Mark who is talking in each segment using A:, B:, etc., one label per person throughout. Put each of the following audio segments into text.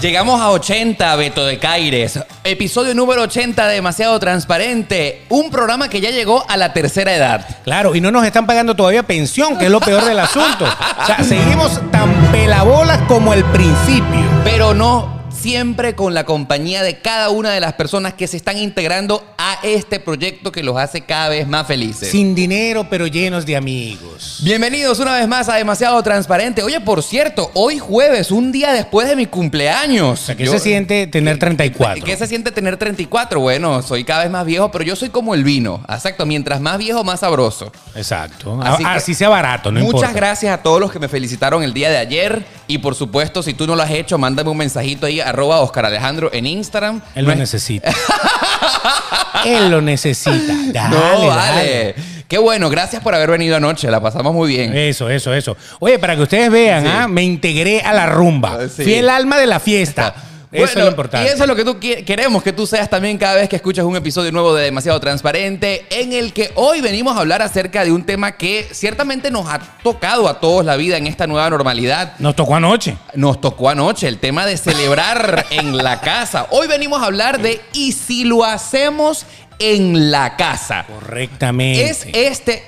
A: Llegamos a 80, Beto de Caires. Episodio número 80 de Demasiado Transparente. Un programa que ya llegó a la tercera edad.
B: Claro, y no nos están pagando todavía pensión, que es lo peor del asunto. O sea, seguimos tan pelabolas como el principio.
A: Pero no siempre con la compañía de cada una de las personas que se están integrando a este proyecto que los hace cada vez más felices.
B: Sin dinero, pero llenos de amigos.
A: Bienvenidos una vez más a Demasiado Transparente. Oye, por cierto, hoy jueves, un día después de mi cumpleaños.
B: O sea, ¿qué
A: Yo- eh,
B: se siente tener 34?
A: ¿Qué se siente tener 34? Bueno, soy cada vez más viejo, pero yo soy como el vino. Exacto, mientras más viejo, más sabroso.
B: Exacto.
A: Así
B: Así,
A: que-
B: sea barato, no
A: Muchas
B: importa.
A: gracias a todos los que me felicitaron el día de ayer. Y por supuesto, si tú no lo has hecho, mándame un mensajito ahí, arroba Oscar Alejandro en Instagram.
B: Él
A: No
B: lo
A: es-
B: necesita. Él lo necesita. Dale,
A: no,
B: dale. Eh,
A: vale. Qué bueno, gracias por haber venido anoche, la pasamos muy bien.
B: Eso, eso, eso. Oye, para que ustedes vean,
A: Sí.
B: ¿ah? me integré a la rumba.
A: Ah, sí.
B: Fui el alma de la fiesta. Eso es
A: Bueno,
B: lo importante.
A: Y eso es lo que tú qui- queremos que tú seas también cada vez que escuchas un episodio nuevo de Demasiado Transparente, en el que hoy venimos a hablar acerca de un tema que ciertamente nos ha tocado a todos la vida en esta nueva normalidad.
B: Nos tocó anoche.
A: Nos tocó anoche el tema de celebrar en la casa. Hoy venimos a hablar de ¿y si lo hacemos en la casa?
B: Correctamente.
A: ¿Es este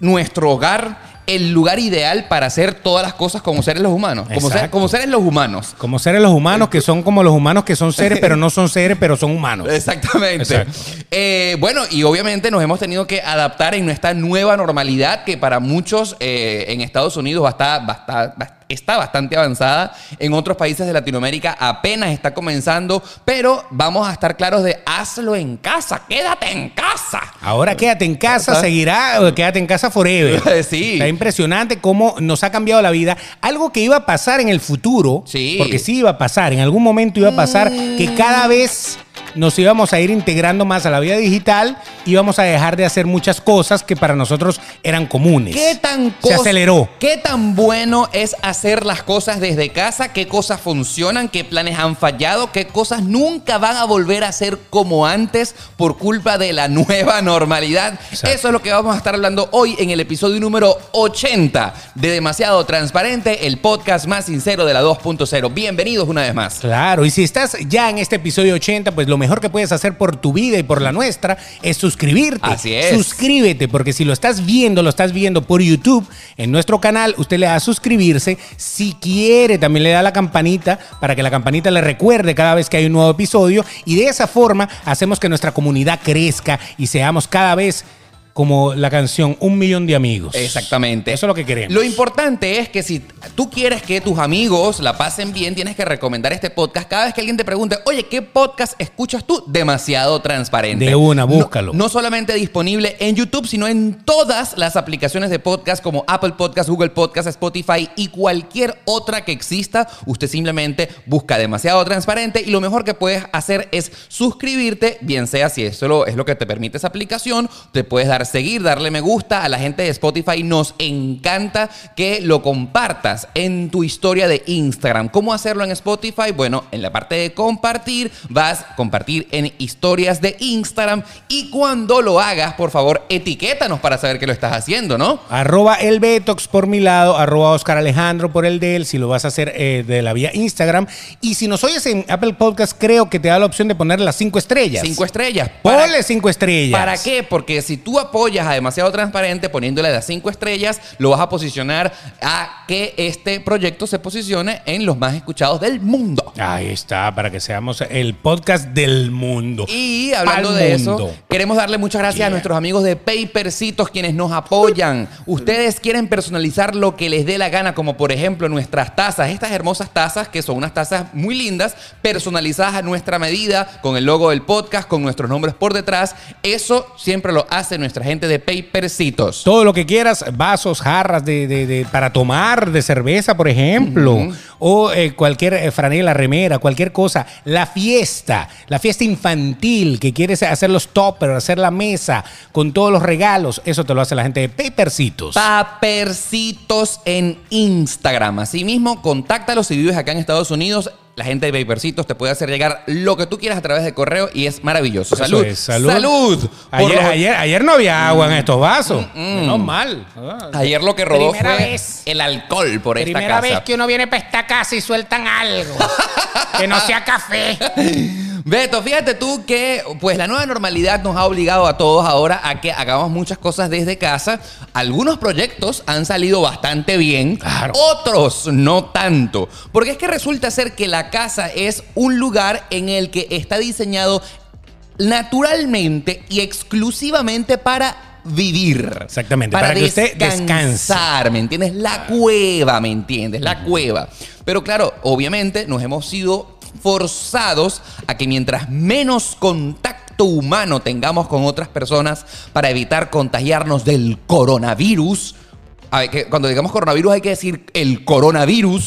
A: nuestro hogar el lugar ideal para hacer todas las cosas como seres los humanos? Como, ser-
B: Exacto.
A: como seres los humanos.
B: Como seres los humanos que son como los humanos que son seres, pero no son seres, pero son humanos.
A: Exactamente.
B: Exacto.
A: Eh, bueno, y obviamente nos hemos tenido que adaptar en esta nueva normalidad que para muchos eh, en Estados Unidos basta- basta- bas- está bastante avanzada. En otros países de Latinoamérica apenas está comenzando, pero vamos a estar claros de hazlo en casa, quédate en casa.
B: Ahora quédate en casa, seguirá, o quédate en casa forever.
A: Sí.
B: Está impresionante cómo nos ha cambiado la vida. Algo que iba a pasar en el futuro,
A: Sí.
B: porque sí iba a pasar, en algún momento iba a pasar, que cada vez nos íbamos a ir integrando más a la vida digital, íbamos a dejar de hacer muchas cosas que para nosotros eran comunes.
A: ¿Qué tan
B: Se
A: cos-
B: aceleró.
A: ¿Qué tan bueno es hacer las cosas desde casa? ¿Qué cosas funcionan? ¿Qué planes han fallado? ¿Qué cosas nunca van a volver a ser como antes por culpa de la nueva normalidad?
B: Exacto.
A: Eso es lo que vamos a estar hablando hoy en el episodio número 80 de Demasiado Transparente, el podcast más sincero de la 2.0. Bienvenidos una vez más.
B: Claro, y si estás ya en este episodio 80, pues lo mejor que puedes hacer por tu vida y por la nuestra es suscribirte.
A: Así es.
B: Suscríbete, porque si lo estás viendo, lo estás viendo por YouTube, en nuestro canal, usted le da a suscribirse. Si quiere, también le da la campanita para que la campanita le recuerde cada vez que hay un nuevo episodio. Y de esa forma hacemos que nuestra comunidad crezca y seamos cada vez como la canción Un Millón de Amigos.
A: Exactamente.
B: Eso es lo que queremos.
A: Lo importante es que si tú quieres que tus amigos la pasen bien, tienes que recomendar este podcast. Cada vez que alguien te pregunte, oye, ¿qué podcast escuchas tú? Demasiado transparente.
B: De una,
A: No-
B: búscalo.
A: No, solamente disponible en YouTube, sino en todas las aplicaciones de podcast como Apple Podcast, Google Podcast, Spotify y cualquier otra que exista. Usted simplemente busca demasiado transparente y lo mejor que puedes hacer es suscribirte, bien sea si eso lo- es lo que te permite esa aplicación, te puedes dar seguir, darle me gusta a la gente de Spotify. Nos encanta que lo compartas en tu historia de Instagram. ¿Cómo hacerlo en Spotify? Bueno, en la parte de compartir, vas a compartir en historias de Instagram y cuando lo hagas, por favor, etiquétanos para saber que lo estás haciendo, ¿no?
B: Arroba el Betox por mi lado, arroba Oscar Alejandro por el de él, si lo vas a hacer eh, de la vía Instagram. Y si nos oyes en Apple Podcast, creo que te da la opción de poner las cinco estrellas.
A: Cinco estrellas. Para-
B: Ponle cinco estrellas.
A: ¿Para qué? Porque si tú apoyas a Demasiado Transparente poniéndole las cinco estrellas, lo vas a posicionar a que este proyecto se posicione en los más escuchados del mundo.
B: Ahí está, para que seamos el podcast del mundo.
A: Y hablando
B: Pa'l
A: de eso,
B: mundo.
A: queremos darle muchas gracias a
B: Yeah.
A: nuestros amigos de Papercitos quienes nos apoyan. Ustedes quieren personalizar lo que les dé la gana, como por ejemplo nuestras tazas, estas hermosas tazas que son unas tazas muy lindas, personalizadas a nuestra medida, con el logo del podcast, con nuestros nombres por detrás. Eso siempre lo hace nuestra gente de Papercitos.
B: Todo lo que quieras, vasos, jarras de, de- de- para tomar, de cerveza, por ejemplo, o eh, cualquier eh, franela, remera, cualquier cosa. La fiesta, la fiesta infantil, que quieres hacer los toppers, hacer la mesa con todos los regalos, eso te lo hace la gente de Papercitos.
A: Papercitos en Instagram. Asimismo, contáctalos si vives acá en Estados Unidos. La gente de Papercitos te puede hacer llegar lo que tú quieras a través de correo y es maravilloso.
B: Eso
A: Salud.
B: es,
A: salud.
B: salud.
A: Por Mm.
B: Ayer,
A: los-
B: ayer, ayer no había agua en estos vasos. No mal. Ah.
A: ayer lo que robó
B: Primera
A: fue
B: vez.
A: el alcohol por esta casa.
B: Primera vez que uno viene para esta casa y sueltan algo. que no sea café.
A: Beto, fíjate tú que pues la nueva normalidad nos ha obligado a todos ahora a que hagamos muchas cosas desde casa. Algunos proyectos han salido bastante bien,
B: Claro.
A: otros no tanto, porque es que resulta ser que la casa es un lugar en el que está diseñado naturalmente y exclusivamente para vivir.
B: Exactamente, para que usted descanse.
A: descansar, ¿me entiendes? La cueva, ¿me entiendes? La cueva. Pero claro, obviamente nos hemos sido forzados a que mientras menos contacto humano tengamos con otras personas para evitar contagiarnos del coronavirus, a ver, que cuando digamos coronavirus hay que decir el coronavirus,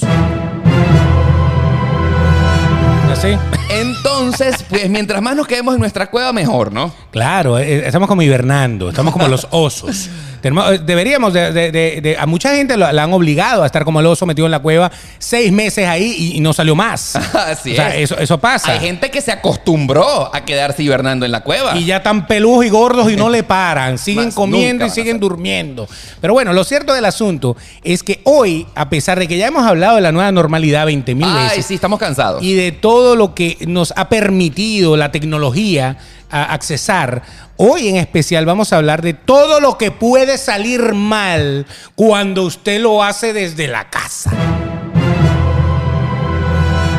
B: Así.
A: entonces, pues mientras más nos quedemos en nuestra cueva, mejor, ¿no?
B: Claro, eh, estamos como hibernando, estamos como los osos. Tenemos- eh, deberíamos, de, de- de- de- a mucha gente lo- la han obligado a estar como el oso metido en la cueva seis meses ahí y, y no salió más.
A: Así
B: o sea,
A: es.
B: Eso, eso pasa.
A: Hay gente que se acostumbró a quedarse hibernando en la cueva.
B: Y ya están peludos y gordos y no le paran. Siguen
A: Más nunca
B: comiendo
A: van
B: y
A: a
B: siguen
A: hacer.
B: durmiendo. Pero bueno, lo cierto del asunto es que hoy, a pesar de que ya hemos hablado de la nueva normalidad 20 mil
A: Ay,
B: veces
A: sí, estamos cansados.
B: y de todo lo que nos ha permitido la tecnología a accesar, hoy en especial vamos a hablar de todo lo que puede salir mal cuando usted lo hace desde la casa.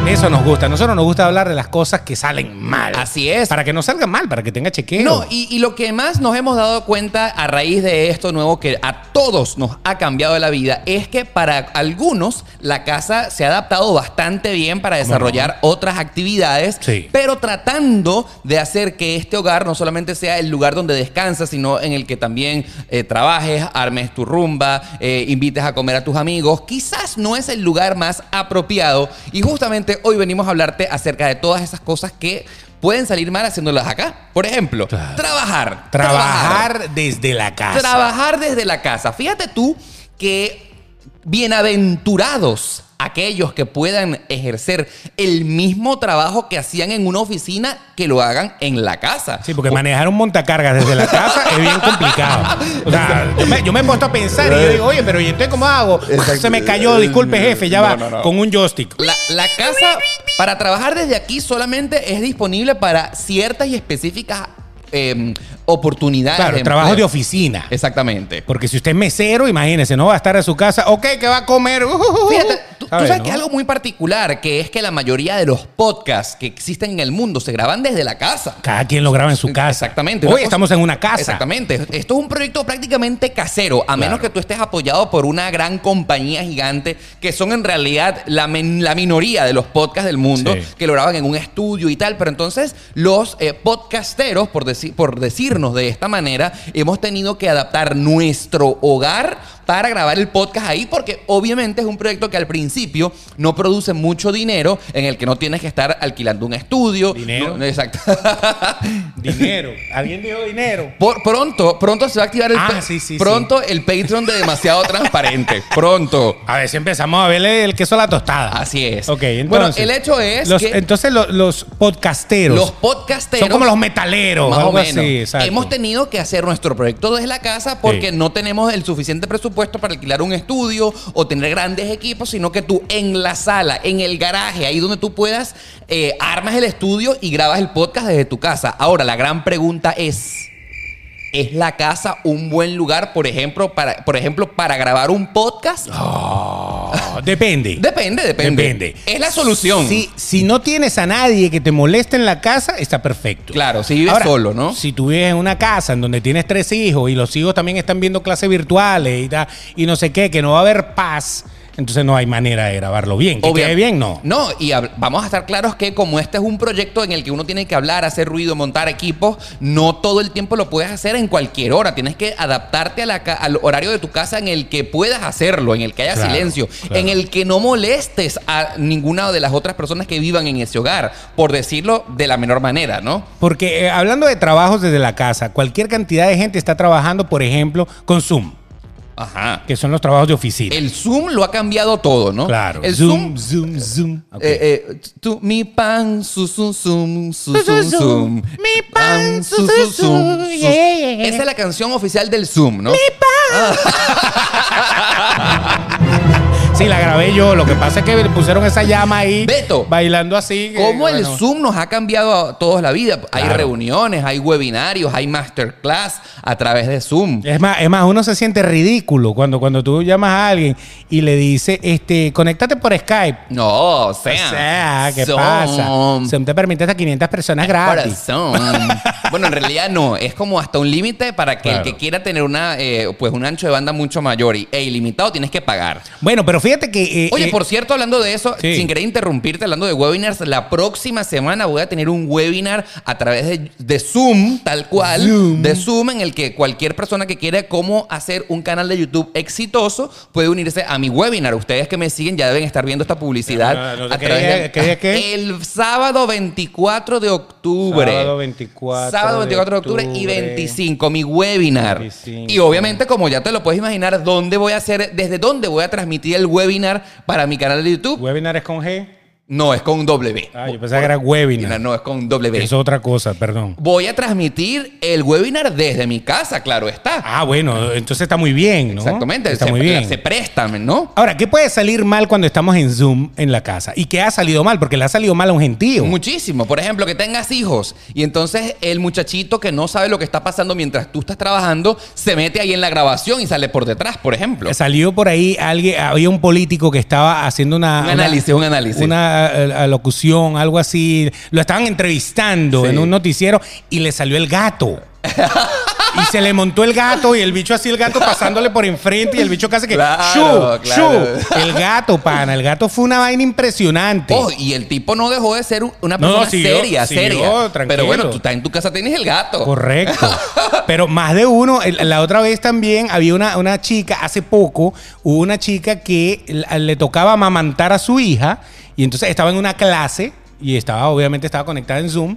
B: Eso nos gusta. A nosotros nos gusta hablar de las cosas que salen mal.
A: Así es.
B: Para que no salga mal, para que tenga chequeo.
A: No, y, y lo que más nos hemos dado cuenta a raíz de esto nuevo que a todos nos ha cambiado la vida es que para algunos la casa se ha adaptado bastante bien para desarrollar otras actividades,
B: Sí.
A: pero tratando de hacer que este hogar no solamente sea el lugar donde descansas, sino en el que también eh, trabajes, armes tu rumba, eh, invites a comer a tus amigos, quizás no es el lugar más apropiado. Y justamente hoy venimos a hablarte acerca de todas esas cosas que... Pueden salir mal haciéndolas acá. Por ejemplo,
B: Claro.
A: Trabajar.
B: Trabajar desde la casa.
A: Trabajar desde la casa. Fíjate tú que bienaventurados aquellos que puedan ejercer el mismo trabajo que hacían en una oficina, que lo hagan en la casa.
B: Sí, porque manejar un montacargas desde la casa es bien complicado. O sea, yo me, yo me he puesto a pensar y yo digo, oye, pero ¿y entonces cómo hago? Ah,
A: Exacto.
B: Se me cayó, disculpe jefe, ya
A: No,
B: va,
A: no, no.
B: con un joystick.
A: La, la casa para trabajar desde aquí solamente es disponible para ciertas y específicas eh, oportunidades.
B: Claro,
A: de
B: trabajo
A: empleo.
B: de oficina.
A: Exactamente.
B: Porque si usted es mesero, imagínese, no va a estar en su casa, ok, ¿qué va a comer? Uh,
A: Fíjate, tú, tú
B: ¿Sabe,
A: sabes
B: no?
A: que es algo muy particular, que es que la mayoría de los podcasts que existen en el mundo se graban desde la casa.
B: Cada quien lo graba en su casa.
A: Exactamente. Una
B: Hoy
A: cosa-
B: estamos en una casa.
A: Exactamente. Esto es un proyecto prácticamente casero, a menos que tú estés apoyado por una gran compañía gigante, que son en realidad la, men- la minoría de los podcasts del mundo,
B: Sí.
A: que lo graban en un estudio y tal. Pero entonces los eh, podcasteros, por, deci- por decirnos de esta manera, hemos tenido que adaptar nuestro hogar para grabar el podcast ahí, porque obviamente es un proyecto que al principio no produce mucho dinero, en el que no tienes que estar alquilando un estudio.
B: Dinero.
A: No- exacto.
B: Dinero. Alguien dijo dinero.
A: Por- pronto, pronto se va a activar el,
B: Ah,
A: pa-
B: sí, sí,
A: pronto el Patreon de demasiado transparente. Pronto.
B: A ver si empezamos a verle el queso a la tostada.
A: Así es.
B: Ok, entonces.
A: Bueno, el hecho es
B: los-
A: que-
B: Entonces, lo- los podcasteros.
A: Los podcasteros.
B: Son como los metaleros,
A: más o
B: algo
A: menos.
B: así, exacto.
A: Hemos tenido que hacer nuestro proyecto desde la casa porque
B: Sí.
A: no tenemos el suficiente presupuesto para alquilar un estudio o tener grandes equipos, sino que tú en la sala, en el garaje, ahí donde tú puedas, eh, armas el estudio y grabas el podcast desde tu casa. Ahora, la gran pregunta es. ¿Es la casa un buen lugar, por ejemplo, para, por ejemplo, para grabar un podcast?
B: Oh, depende.
A: Depende, depende.
B: Depende.
A: Es la solución.
B: Si, si no tienes a nadie que te moleste en la casa, está perfecto.
A: Claro, si vives
B: Ahora,
A: solo, ¿no?
B: Si tú vives en una casa en donde tienes tres hijos y los hijos también están viendo clases virtuales y, ta- y no sé qué, que no va a haber paz, entonces no hay manera de grabarlo bien. Que
A: Obvia-
B: quede bien, no.
A: No, y hab- vamos a estar claros que como este es un proyecto en el que uno tiene que hablar, hacer ruido, montar equipos, no todo el tiempo lo puedes hacer en cualquier hora. Tienes que adaptarte a la ca- al horario de tu casa en el que puedas hacerlo, en el que haya
B: Claro,
A: silencio,
B: claro.
A: en el que no molestes a ninguna de las otras personas que vivan en ese hogar, por decirlo de la menor manera, ¿no?
B: Porque eh, hablando de trabajos desde la casa, cualquier cantidad de gente está trabajando, por ejemplo, con Zoom.
A: Ajá.
B: que son los trabajos de oficina.
A: El Zoom lo ha cambiado todo, ¿no?
B: claro.
A: El Zoom.
B: zoom, zoom, zoom. Ok.
A: eh, eh, tú, mi pan, su, su, zoom, su,
B: Su,
A: zoom,
B: su, zoom.
A: zoom.
B: Mi pan, su, su, zoom.
A: su.
B: Yeah, yeah, yeah.
A: Esa es la canción oficial del Zoom, ¿no? Mi
B: Sí, la grabé yo. Lo que pasa es que le pusieron esa llama ahí.
A: Beto.
B: Bailando así. que,
A: ¿Cómo el
B: bueno.
A: Zoom nos ha cambiado a todos la vida? Hay
B: Claro.
A: reuniones, hay webinarios, hay masterclass a través de Zoom.
B: Es más, es más, uno se siente ridículo cuando, cuando tú llamas a alguien y le dices, este, conéctate por Skype.
A: No, o sea.
B: O sea, ¿qué
A: Zoom,
B: pasa? Zoom te permite hasta 500 personas gratis.
A: Corazón. bueno, en realidad no. Es como hasta un límite para que el
B: Claro.
A: que quiera tener una, eh, pues un ancho de banda mucho mayor y, e ilimitado tienes que pagar.
B: Bueno, pero fíjate que... eh,
A: Oye,
B: eh,
A: por cierto, hablando de eso,
B: Sí.
A: sin querer interrumpirte, hablando de webinars, la próxima semana voy a tener un webinar a través de, de Zoom, tal cual,
B: Zoom.
A: de Zoom, en el que cualquier persona que quiera cómo hacer un canal de YouTube exitoso puede unirse a mi webinar. Ustedes que me siguen ya deben estar viendo esta publicidad.
B: Ah, No, no, no, no,
A: a
B: ¿qué
A: través
B: día-
A: del-
B: qué día es qué?
A: El sábado 24 de octubre.
B: Sábado 24
A: Sábado
B: de
A: 24 de octubre, y
B: octubre.
A: 25, mi webinar.
B: 25.
A: Y obviamente, como ya te lo puedes imaginar, dónde voy a hacer, desde dónde voy a transmitir el webinar para mi canal de YouTube.
B: ¿Webinar es con G?
A: No, es con W.
B: Ah, yo pensaba que era webinar.
A: No, es con W.
B: Es otra cosa, perdón.
A: Voy a transmitir el webinar desde mi casa, claro está.
B: Ah, bueno, entonces está muy bien, ¿no?
A: Exactamente.
B: Está
A: se,
B: muy bien.
A: se prestan, ¿no?
B: Ahora, ¿qué puede salir mal cuando estamos en Zoom en la casa? ¿Y qué ha salido mal? Porque le ha salido mal a un gentío.
A: Muchísimo. Por ejemplo, que tengas hijos y entonces el muchachito que no sabe lo que está pasando mientras tú estás trabajando se mete ahí en la grabación y sale por detrás, por ejemplo.
B: Salió por ahí alguien, había un político que estaba haciendo una...
A: Un
B: una-
A: análisis, un análisis.
B: Una eh, alocución, algo así. Lo estaban entrevistando
A: Sí.
B: en un noticiero y le salió el gato. Y se le montó el gato y el bicho así, el gato pasándole por enfrente y el bicho casi que...
A: Claro,
B: ¡Shu!
A: claro.
B: ¡Shu! El gato, pana. El gato fue una vaina impresionante.
A: Oh, y el tipo no dejó de ser un- una
B: No,
A: persona
B: siguió,
A: seria,
B: siguió,
A: seria.
B: tranquilo.
A: Pero bueno, tú estás en tu casa, tienes el gato.
B: Correcto. Pero más de uno, el- la otra vez también había una, una chica, hace poco, hubo una chica que l- le tocaba amamantar a su hija y entonces estaba en una clase y estaba, obviamente estaba conectada en Zoom.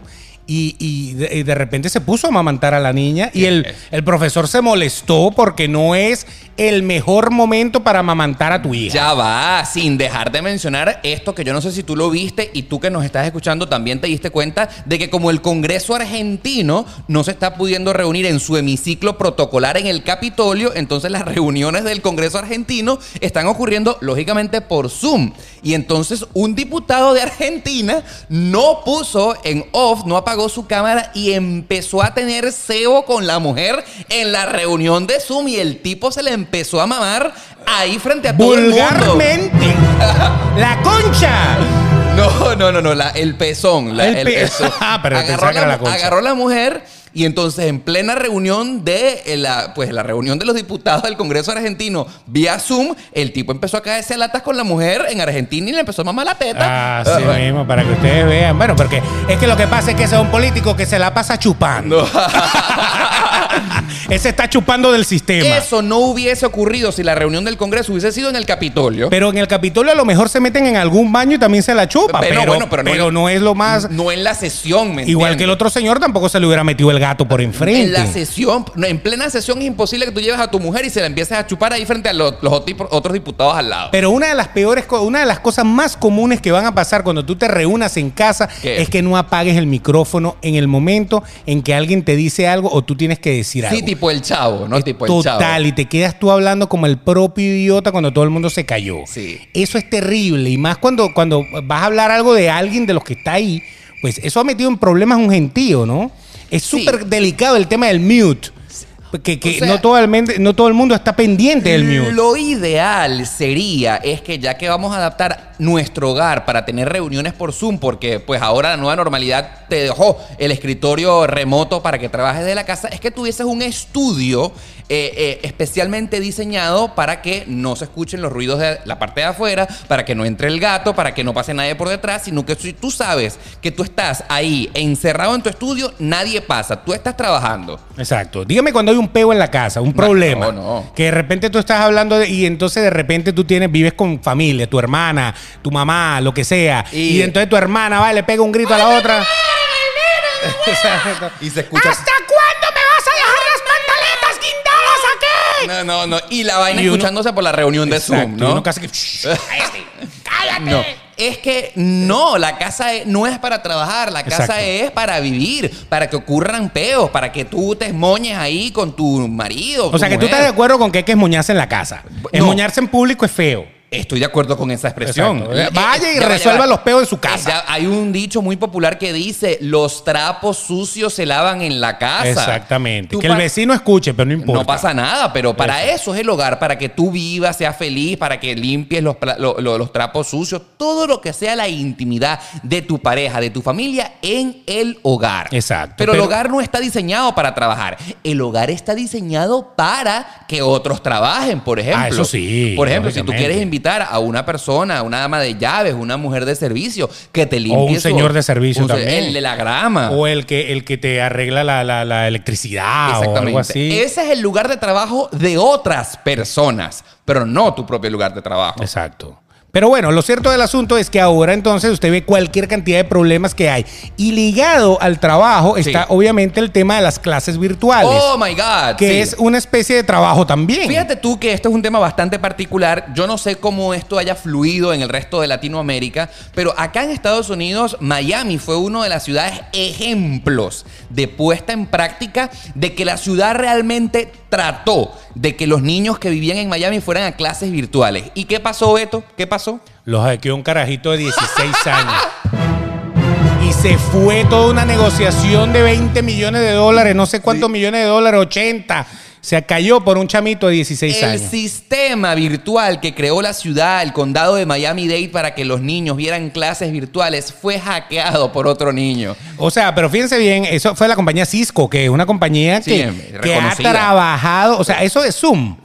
B: Y, y de, y de repente se puso a amamantar a la niña y el, el profesor se molestó porque no es el mejor momento para amamantar a tu hija.
A: Ya va, sin dejar de mencionar esto que yo no sé si tú lo viste y tú que nos estás escuchando también te diste cuenta de que como el Congreso argentino no se está pudiendo reunir en su hemiciclo protocolar en el Capitolio, entonces las reuniones del Congreso argentino están ocurriendo lógicamente por Zoom. Y entonces un diputado de Argentina no puso en off, no apagó su cámara y empezó a tener cebo con la mujer en la reunión de Zoom y el tipo se le empezó a mamar ahí frente a todo el mundo.
B: Vulgarmente. la concha.
A: No, no, no, no, la- el pezón. la-
B: El
A: el
B: pe-
A: pezón.
B: Ah, pero
A: agarró,
B: pensaba que
A: la,
B: era la concha.
A: agarró la mujer y entonces en plena reunión de eh, la, pues, la reunión de los diputados del Congreso argentino vía Zoom, el tipo empezó a caerse a latas con la mujer en Argentina y le empezó a mamar la teta.
B: Ah, sí
A: bueno.
B: mismo, para que ustedes vean. Bueno, porque es que lo que pasa es que ese es un político que se la pasa chupando. ese está chupando del sistema.
A: Eso no hubiese ocurrido si la reunión del Congreso hubiese sido en el Capitolio.
B: Pero en el Capitolio a lo mejor se meten en algún baño y también se la chupa.
A: Pero
B: Pero,
A: bueno, pero no-
B: pero no es lo más.
A: no en la sesión, ¿me
B: Igual que el
A: entiendes?
B: otro señor tampoco se le hubiera metido el gato por enfrente.
A: En la sesión, no, en plena sesión es imposible que tú lleves a tu mujer y se la empieces a chupar ahí frente a los, los otro- otros diputados al lado.
B: Pero una de las peores, co- una de las cosas más comunes que van a pasar cuando tú te reúnas en casa
A: ¿Qué?
B: es que no apagues el micrófono en el momento en que alguien te dice algo o tú tienes que decir
A: Sí,
B: algo.
A: tipo el chavo, ¿no? Tipo el chavo.
B: Total, y te quedas tú hablando como el propio idiota cuando todo el mundo se cayó.
A: Sí.
B: Eso es terrible. Y más cuando, cuando vas a hablar algo de alguien de los que está ahí, pues eso ha metido en problemas un gentío, ¿no? Es
A: Sí.
B: súper delicado el tema del mute. Que, que
A: O sea-
B: no, todo el, men- no todo el mundo está pendiente del mute.
A: Lo ideal sería es que ya que vamos a adaptar nuestro hogar para tener reuniones por Zoom, porque pues ahora la nueva normalidad te dejó el escritorio remoto para que trabajes de la casa, es que tuvieses un estudio eh, eh, especialmente diseñado para que no se escuchen los ruidos de la parte de afuera, para que no entre el gato, para que no pase nadie por detrás, sino que si tú sabes que tú estás ahí encerrado en tu estudio, nadie pasa, tú estás trabajando.
B: Exacto. Dígame cuando hay un peo en la casa, un problema.
A: no, no.
B: Que de repente tú estás hablando de- y entonces de repente tú tienes, vives con familia, tu hermana, tu mamá, lo que sea.
A: Y-
B: Y, entonces tu hermana va y le pega un grito a la otra.
A: Y se escucha...
B: Ah, cuándo me vas a dejar las pantaletas guindadas aquí?
A: No, no, no, no. Y la vaina
B: Y uno-
A: escuchándose por la reunión de
B: Exacto,
A: Zoom,
B: y
A: ¿no?
B: uno casi que. "Cállate, ¡Cállate!
A: No. Eh, Es que no, la casa e- no es para trabajar, la casa
B: Exacto.
A: es para vivir, para que ocurran peos, para que tú te esmoñes ahí con tu marido.
B: O sea, que tú estás de acuerdo con que hay que esmoñarse en la casa. Esmoñarse en público es feo.
A: Estoy de acuerdo con esa expresión.
B: Exacto.
A: Eh,
B: Vaya
A: eh,
B: y
A: ya va,
B: resuelva
A: ya va. Eh,
B: los peos en su casa.
A: Ya, hay un dicho muy popular que dice, los trapos sucios se lavan en la casa.
B: Exactamente.
A: Tú
B: Que el
A: pa-
B: vecino escuche, pero no importa.
A: No pasa nada, pero para eso es el hogar, para que tú vivas, seas feliz, para que limpies los, pla- lo- lo- los trapos sucios, todo lo que sea la intimidad de tu pareja, de tu familia en el hogar.
B: Exacto,
A: Pero,
B: pero-
A: el hogar no está diseñado para trabajar. El hogar está diseñado para que otros trabajen, por ejemplo.
B: Ah, eso sí,
A: Por ejemplo, si tú
B: lógicamente.
A: quieres invitar a una persona, a una dama de llaves, una mujer de servicio, que te limpie.
B: un
A: su-
B: señor de servicio
A: se-
B: también.
A: El de la grama.
B: O el que, el que te arregla la, la- la electricidad Ah, o algo así.
A: Ese es el lugar de trabajo de otras personas, pero no tu propio lugar de trabajo.
B: Exacto. Pero bueno, lo cierto del asunto es que ahora entonces usted ve cualquier cantidad de problemas que hay. Y ligado al trabajo está obviamente el tema de las clases virtuales,
A: Oh my God.
B: que
A: sí.
B: es una especie de trabajo también.
A: Fíjate tú que esto es un tema bastante particular. Yo no sé cómo esto haya fluido en el resto de Latinoamérica, pero acá en Estados Unidos, Miami fue una de las ciudades ejemplos de puesta en práctica de que la ciudad realmente trató de que los niños que vivían en Miami fueran a clases virtuales. ¿Y qué pasó, Beto? ¿Qué pasó?
B: Los hackeó un carajito de 16 años. Y se fue toda una negociación de 20 millones de dólares, no sé cuántos millones de dólares, 80. Se cayó por un chamito de 16
A: El
B: años.
A: sistema virtual que creó la ciudad, el condado de Miami-Dade, para que los niños vieran clases virtuales, fue hackeado por otro niño.
B: O sea, pero fíjense bien, eso fue la compañía Cisco, que es una compañía
A: Sí,
B: que, que ha
A: reconocida.
B: trabajado. O sea, eso es Zoom.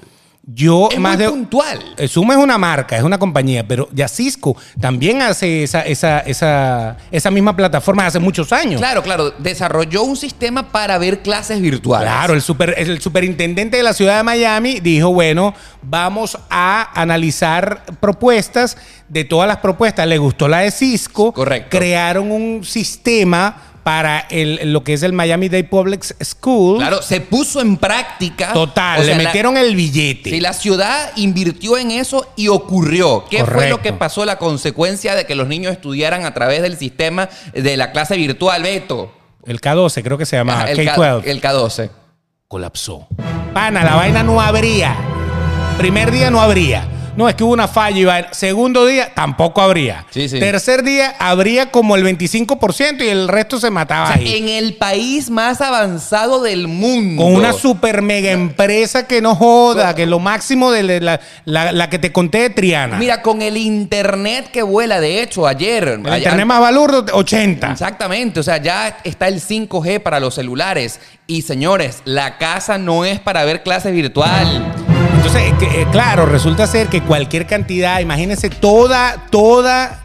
B: Yo
A: Es
B: más
A: muy
B: de.
A: puntual.
B: Eh, Zoom es una marca, es una compañía, pero ya Cisco también hace esa, esa, esa, esa misma plataforma hace muchos años.
A: Claro, claro, desarrolló un sistema para ver clases virtuales.
B: Claro, el, super, el superintendente de la ciudad de Miami dijo, bueno, vamos a analizar propuestas. De todas las propuestas, le gustó la de Cisco.
A: Correcto.
B: Crearon un sistema para el, lo que es el Miami Day Public School.
A: Claro, se puso en práctica.
B: Total,
A: O sea,
B: le
A: la-
B: metieron el billete.
A: Sí, la ciudad invirtió en eso y ocurrió. ¿Qué fue
B: Correcto.
A: lo que pasó? La consecuencia de que los niños estudiaran a través del sistema de la clase virtual, Beto.
B: El K12 creo que se llama,
A: Ajá, el
B: K12.
A: K- el K12.
B: colapsó. Pana, la vaina no abría. Primer día no abría. No, es que hubo una falla y vaina. Segundo día tampoco abría.
A: Sí, sí.
B: Tercer día abría como el 25% y el resto se mataba
A: O sea,
B: ahí.
A: en el país más avanzado del mundo.
B: Con una super mega empresa que no joda, que lo máximo de la, la- la que te conté de Triana.
A: Mira, con el internet que vuela, de hecho, ayer.
B: el
A: allá-
B: internet más balurdo, 80.
A: Exactamente, o sea, ya está el 5G para los celulares. Y señores, la casa no es para ver clases virtual.
B: Entonces, eh, que, eh, claro, resulta ser que cualquier cantidad, imagínense toda, toda,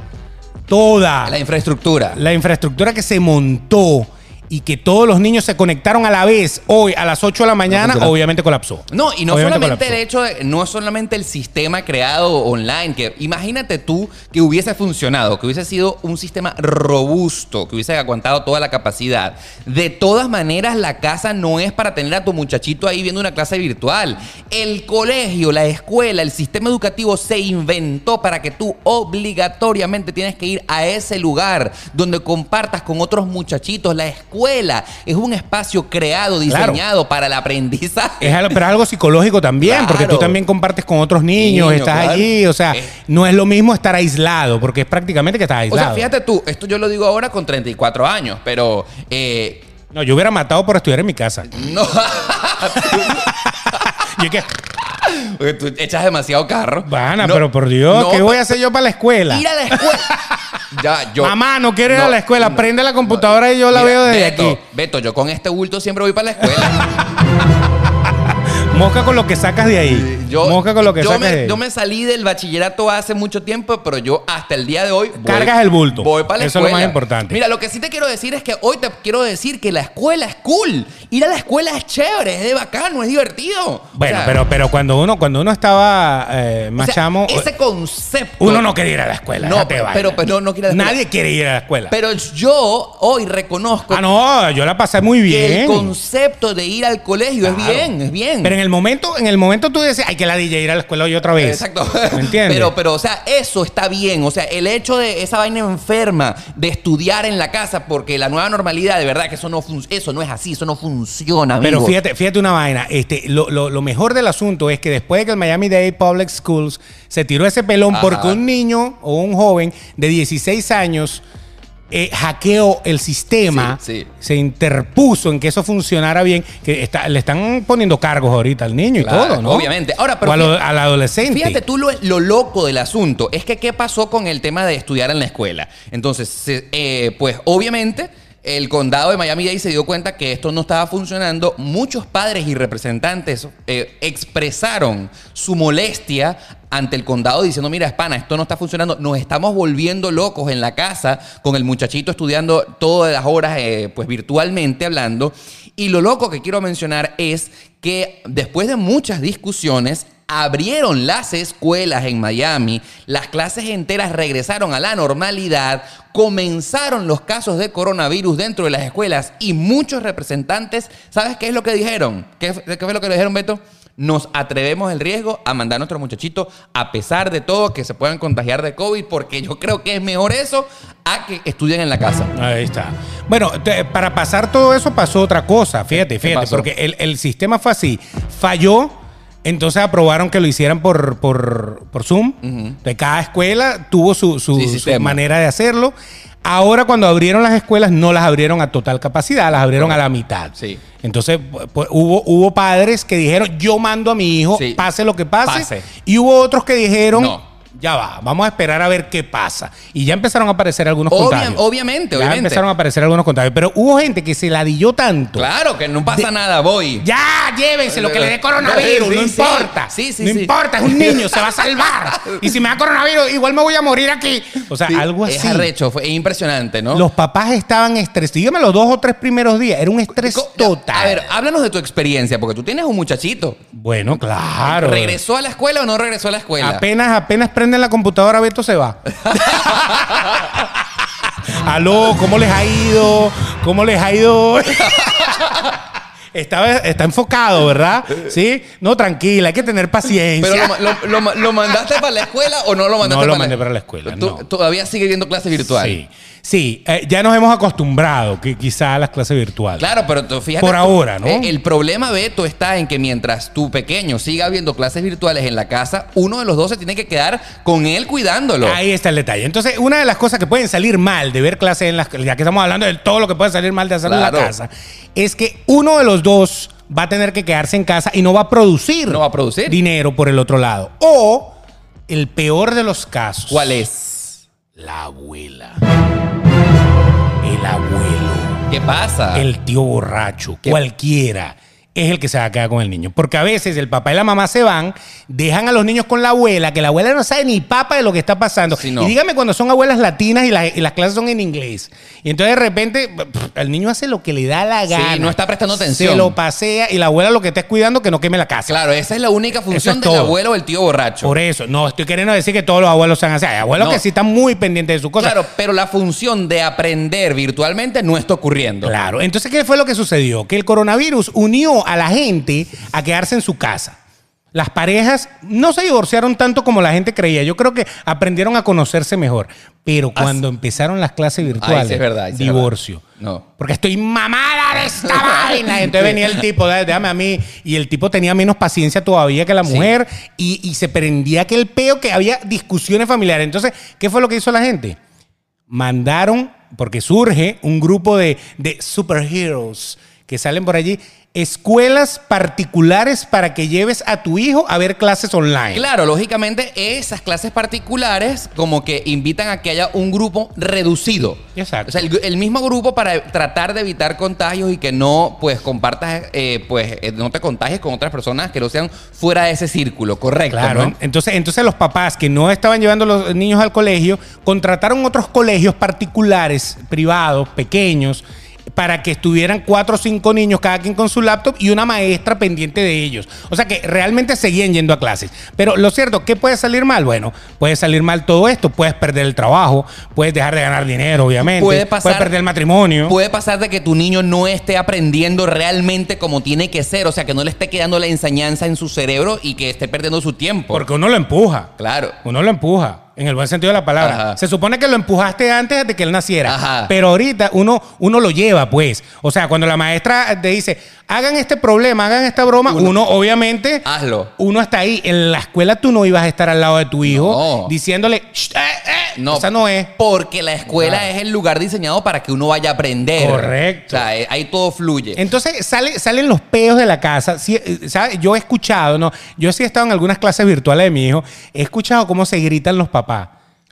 B: toda.
A: La infraestructura.
B: la infraestructura que se montó y que todos los niños se conectaron a la vez hoy a las 8 de la mañana,
A: funciona.
B: obviamente colapsó.
A: No, y no
B: Obviamente
A: solamente
B: colapsó.
A: el hecho de, no solamente el sistema creado online, que imagínate tú que hubiese funcionado, que hubiese sido un sistema robusto, que hubiese aguantado toda la capacidad. De todas maneras, la casa no es para tener a tu muchachito ahí viendo una clase virtual. El colegio, la escuela, el sistema educativo se inventó para que tú obligatoriamente tienes que ir a ese lugar donde compartas con otros muchachitos. La escuela es un espacio creado,
B: Claro.
A: diseñado para el aprendizaje.
B: Es algo- pero es algo psicológico también,
A: Claro.
B: porque tú también compartes con otros niños,
A: Niño,
B: estás
A: claro.
B: allí, o sea,
A: Eh.
B: no es lo mismo estar aislado, porque es prácticamente que estás
A: O
B: aislado.
A: sea, fíjate tú, esto yo lo digo ahora con 34 años, pero eh,
B: No, yo hubiera matado por estudiar en mi casa.
A: no,
B: Yo que,
A: porque tú echas demasiado carro.
B: Vana,
A: No,
B: pero por Dios,
A: no,
B: ¿qué
A: pero
B: voy a hacer yo para la escuela?
A: Ir a la escuela. ya, yo,
B: Mamá, no quiero ir a la escuela, prende la computadora y yo la
A: Mira,
B: veo desde
A: Beto,
B: aquí.
A: Beto, yo con este bulto siempre voy para la escuela.
B: Mosca con lo que sacas de ahí.
A: Yo,
B: Mosca con lo que
A: yo
B: sacas
A: me,
B: de ahí.
A: yo me salí del bachillerato hace mucho tiempo, pero yo hasta el día de hoy. voy-
B: Cargas el bulto.
A: Voy para la
B: Eso es lo
A: escuela.
B: más importante.
A: Mira, lo que sí te quiero decir es que hoy te quiero decir que la escuela es cool. Ir a la escuela es chévere, es de bacano, es divertido.
B: Bueno,
A: O sea,
B: pero, pero cuando uno cuando uno estaba eh,
A: o
B: más
A: sea,
B: chamo,
A: Ese concepto.
B: uno no quería ir a la escuela.
A: No,
B: déjate
A: pero-
B: vaina.
A: pero- pero no- no quiere ir a la
B: Nadie
A: escuela.
B: quiere ir a la escuela.
A: Pero yo hoy reconozco
B: ah, no, yo la pasé muy
A: que el
B: bien.
A: concepto de ir al colegio es
B: Claro.
A: bien, es bien.
B: Pero en el el momento, en el momento tú dices, ay, que la DJ ir a la escuela hoy otra vez.
A: Exacto.
B: ¿Me entiendes?
A: Pero, pero, o sea, eso está bien. O sea, el hecho de esa vaina enferma de estudiar en la casa porque la nueva normalidad, de verdad, que eso no, fun- eso no es así, eso no funciona, amigo.
B: Pero fíjate, fíjate una vaina. Este, lo, lo- lo mejor del asunto es que después de que el Miami Dade Public Schools se tiró ese pelón
A: Ajá.
B: porque un niño o un joven de 16 años eh, hackeó el sistema,
A: Sí, sí.
B: se interpuso en que eso funcionara bien, que está- le están poniendo cargos ahorita al niño
A: Claro,
B: y todo, ¿no?
A: obviamente. Ahora, pero
B: O a lo-
A: fíjate-
B: al adolescente.
A: Fíjate tú lo, lo loco del asunto. Es que qué pasó con el tema de estudiar en la escuela. Entonces, se- eh, pues obviamente el condado de Miami-Dade se dio cuenta que esto no estaba funcionando. Muchos padres y representantes eh, expresaron su molestia ante el condado diciendo, mira, espana, esto no está funcionando. Nos estamos volviendo locos en la casa con el muchachito estudiando todas las horas, eh, pues virtualmente hablando. Y lo loco que quiero mencionar es que después de muchas discusiones, abrieron las escuelas en Miami, las clases enteras regresaron a la normalidad, comenzaron los casos de coronavirus dentro de las escuelas y muchos representantes, ¿sabes qué es lo que dijeron? ¿Qué, f- qué fue lo que dijeron, Beto? Nos atrevemos el riesgo a mandar a nuestros muchachitos, a pesar de todo, que se puedan contagiar de COVID, porque yo creo que es mejor eso a que estudien en la casa.
B: Ahí está. Bueno, te- para pasar todo eso pasó otra cosa, fíjate, fíjate,
A: pasó?
B: porque el, el sistema fue así, falló, entonces aprobaron que lo hicieran por, por, por Zoom, de cada escuela tuvo su, su-
A: Sí,
B: su
A: sistema.
B: manera de hacerlo. Ahora cuando abrieron las escuelas no las abrieron a total capacidad, las abrieron a la mitad.
A: Sí.
B: Entonces pu- pu- hubo, hubo padres que dijeron, yo mando a mi hijo,
A: Sí.
B: pase lo que pase,
A: Pase.
B: y hubo otros que dijeron...
A: No.
B: Ya va, vamos a esperar a ver qué pasa. Y ya empezaron a aparecer algunos
A: Obvia-
B: contagios.
A: obviamente,
B: Ya
A: obviamente.
B: empezaron a aparecer algunos contagios. Pero hubo gente que se ladilló tanto.
A: Claro, que no pasa nada, voy.
B: Ya, llévense lo que le dé coronavirus,
A: Sí,
B: no
A: sí.
B: importa.
A: Sí, sí,
B: no
A: sí.
B: importa, es un niño, se va a salvar. Y si me da coronavirus, igual me voy a morir aquí. O sea,
A: Sí,
B: algo así.
A: Es arrecho, fue- es impresionante, ¿no?
B: Los papás estaban estresados. Dígame los dos o tres primeros días. Era un estrés
A: Co-
B: total.
A: A ver, háblanos de tu experiencia, porque tú tienes un muchachito.
B: Bueno, claro.
A: ¿Regresó a la escuela o no regresó a la escuela?
B: Apenas, apenas prenden la computadora, Beto se va. Aló, ¿cómo les ha ido? ¿Cómo les ha ido? hoy? Está, está enfocado, ¿verdad? Sí. No, tranquila, hay que tener paciencia.
A: Pero lo, ma- lo- lo ma- lo mandaste para la escuela o no lo mandaste
B: No lo
A: para
B: mandé para la escuela,
A: Tú-
B: no.
A: Todavía sigue viendo clase virtual.
B: Sí, sí eh, ya nos hemos acostumbrado que quizá a las clases virtuales.
A: Claro, pero tú, fíjate.
B: Por
A: tú,
B: ahora, ¿no?
A: eh, El problema, Beto, está en que mientras tu pequeño siga viendo clases virtuales en la casa, uno de los dos se tiene que quedar con él cuidándolo.
B: Ahí está el detalle. Entonces, una de las cosas que pueden salir mal de ver clases en las ya que estamos hablando de todo lo que puede salir mal de hacer en la
A: Claro.
B: casa, es que uno de los dos va a tener que quedarse en casa y no va a producir,
A: No va a producir.
B: dinero por el otro lado. O el peor de los casos.
A: ¿Cuál es?
B: La abuela. El abuelo
A: ¿Qué pasa?
B: el tío borracho,
A: Ah. ¿Qué?
B: cualquiera, es el que se va a quedar con el niño. Porque a veces el papá y la mamá se van, dejan a los niños con la abuela, que la abuela no sabe ni papa de lo que está pasando.
A: Sí, no.
B: Y dígame cuando son abuelas latinas y, la- y las clases son en inglés. Y entonces de repente pff, el niño hace lo que le da la
A: Sí,
B: gana.
A: no está prestando
B: Se
A: atención.
B: lo pasea y la abuela lo que está es cuidando que no queme la casa.
A: Claro, esa es la única función
B: es
A: del
B: todo.
A: abuelo o el tío borracho.
B: Por eso, no estoy queriendo decir que todos los abuelos sean así. Hay abuelos
A: No.
B: que sí están muy pendientes de sus cosas.
A: Claro, pero la función de aprender virtualmente no está ocurriendo.
B: Claro. Entonces, ¿qué fue lo que sucedió? Que el coronavirus unió a la gente a quedarse en su casa. Las parejas no se divorciaron tanto como la gente creía. Yo creo que aprendieron a conocerse mejor. Pero cuando empezaron las clases virtuales,
A: es verdad, ahí sí es verdad.
B: divorcio.
A: No.
B: Porque estoy mamada de esta vaina. Entonces venía el tipo, "Dale, déjame a mí. Y el tipo tenía menos paciencia todavía que la
A: Sí.
B: mujer y, y se prendía aquel peo que había discusiones familiares. Entonces, ¿qué fue lo que hizo la gente? mandaron, porque surge un grupo de, de superheroes que salen por allí, escuelas particulares para que lleves a tu hijo a ver clases online.
A: Claro, lógicamente esas clases particulares como que invitan a que haya un grupo reducido.
B: Exacto.
A: O sea, el, gru- el mismo grupo para tratar de evitar contagios y que no, pues, compartas, eh, pues, eh, no te contagies con otras personas que no sean fuera de ese círculo, correcto.
B: Claro,
A: ¿no?
B: entonces, entonces los papás que no estaban llevando a los niños al colegio contrataron otros colegios particulares, privados, pequeños, para que estuvieran cuatro o cinco niños, cada quien con su laptop y una maestra pendiente de ellos. O sea que realmente seguían yendo a clases. Pero lo cierto, ¿qué puede salir mal? Bueno, puede salir mal todo esto. Puedes perder el trabajo, puedes dejar de ganar dinero, obviamente.
A: Puede pasar-
B: puedes perder el matrimonio.
A: Puede pasar de que tu niño no esté aprendiendo realmente como tiene que ser, o sea, que no le esté quedando la enseñanza en su cerebro y que esté perdiendo su tiempo.
B: porque uno lo empuja.
A: claro.
B: Uno lo empuja, en el buen sentido de la palabra.
A: Ajá.
B: Se supone que lo empujaste antes de que él naciera.
A: Ajá.
B: Pero ahorita uno, uno lo lleva, pues. O sea, cuando la maestra te dice, hagan este problema, hagan esta broma, uno, obviamente.
A: Hazlo.
B: Uno está ahí. En la escuela tú no ibas a estar al lado de tu hijo
A: No.
B: diciéndole, "Shh, eh, eh".
A: No,
B: Esa no es.
A: Porque la escuela es el lugar diseñado para que uno vaya a aprender.
B: Correcto.
A: O sea, eh, ahí todo fluye.
B: Entonces sale, salen los peos de la casa. Sí, eh, ¿sabe? Yo he escuchado, ¿no? Yo sí he estado en algunas clases virtuales de mi hijo. He escuchado cómo se gritan los papás.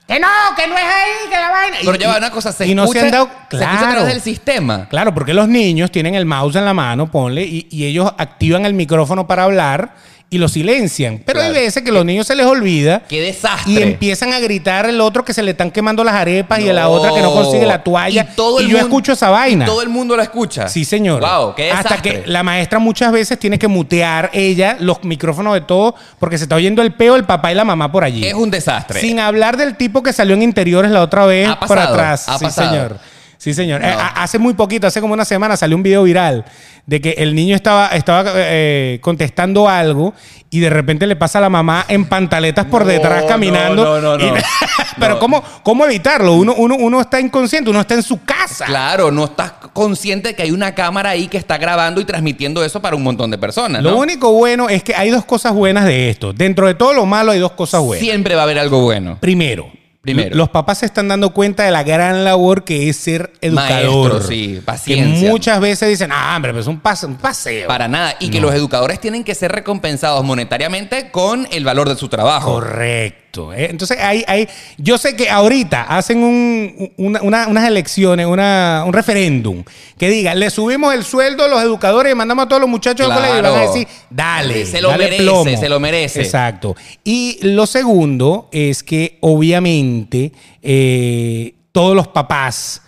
B: Que no, que no es ahí, que la vaina.
A: Pero
B: Y-
A: ya va
B: y-
A: una cosa, se
B: y no
A: escucha,
B: se han dado.
A: se escucha a
B: Claro.
A: través del sistema.
B: Claro, porque los niños tienen el mouse en la mano, ponle, y, y ellos activan el micrófono para hablar y lo silencian. Pero hay
A: Claro.
B: veces que los niños se les olvida.
A: ¡Qué desastre!
B: Y empiezan a gritar el otro que se le están quemando las arepas y a la
A: No.
B: otra que no consigue la toalla. Y,
A: todo el
B: yo
A: mun-
B: escucho esa vaina.
A: y todo el mundo la escucha.
B: Sí, señor.
A: Wow, qué desastre.
B: Hasta que la maestra muchas veces tiene que mutear ella los micrófonos de todo porque se está oyendo el peo, el papá y la mamá por allí.
A: Es un desastre.
B: Sin hablar del tipo que salió en interiores la otra vez
A: Ha
B: por
A: pasado,
B: atrás.
A: ha
B: sí,
A: pasado.
B: señor. Sí, señor. Eh,
A: No.
B: a- hace muy poquito, hace como una semana, salió un video viral de que el niño estaba, estaba eh, contestando algo y de repente le pasa a la mamá en pantaletas por
A: No,
B: detrás
A: no,
B: caminando.
A: no, no,
B: Y-
A: no.
B: Pero
A: No.
B: ¿cómo, ¿cómo evitarlo? Uno, uno, uno está inconsciente, uno está en su casa.
A: Claro, no estás consciente de que hay una cámara ahí que está grabando y transmitiendo eso para un montón de personas.
B: Lo
A: ¿no?
B: único bueno es que hay dos cosas buenas de esto. Dentro de todo lo malo hay dos cosas buenas.
A: Siempre va a haber algo bueno.
B: Primero,
A: Primero.
B: los papás se están dando cuenta de la gran labor que es ser educador.
A: Maestro, sí,
B: que
A: paciencia.
B: muchas veces dicen, ah, hombre, pero es un, pase- un paseo.
A: Para nada. Y que los educadores tienen que ser recompensados monetariamente con el valor de su trabajo.
B: Correcto. eh. Entonces, ahí, ahí, yo sé que ahorita hacen un- una- una- unas elecciones, una- un referéndum, que diga, le subimos el sueldo a los educadores y mandamos a todos los muchachos al
A: Claro.
B: colegio y van a decir, dale.
A: Se lo
B: dale
A: merece,
B: plomo".
A: se lo merece.
B: Exacto. Y lo segundo es que, obviamente, eh, todos los papás,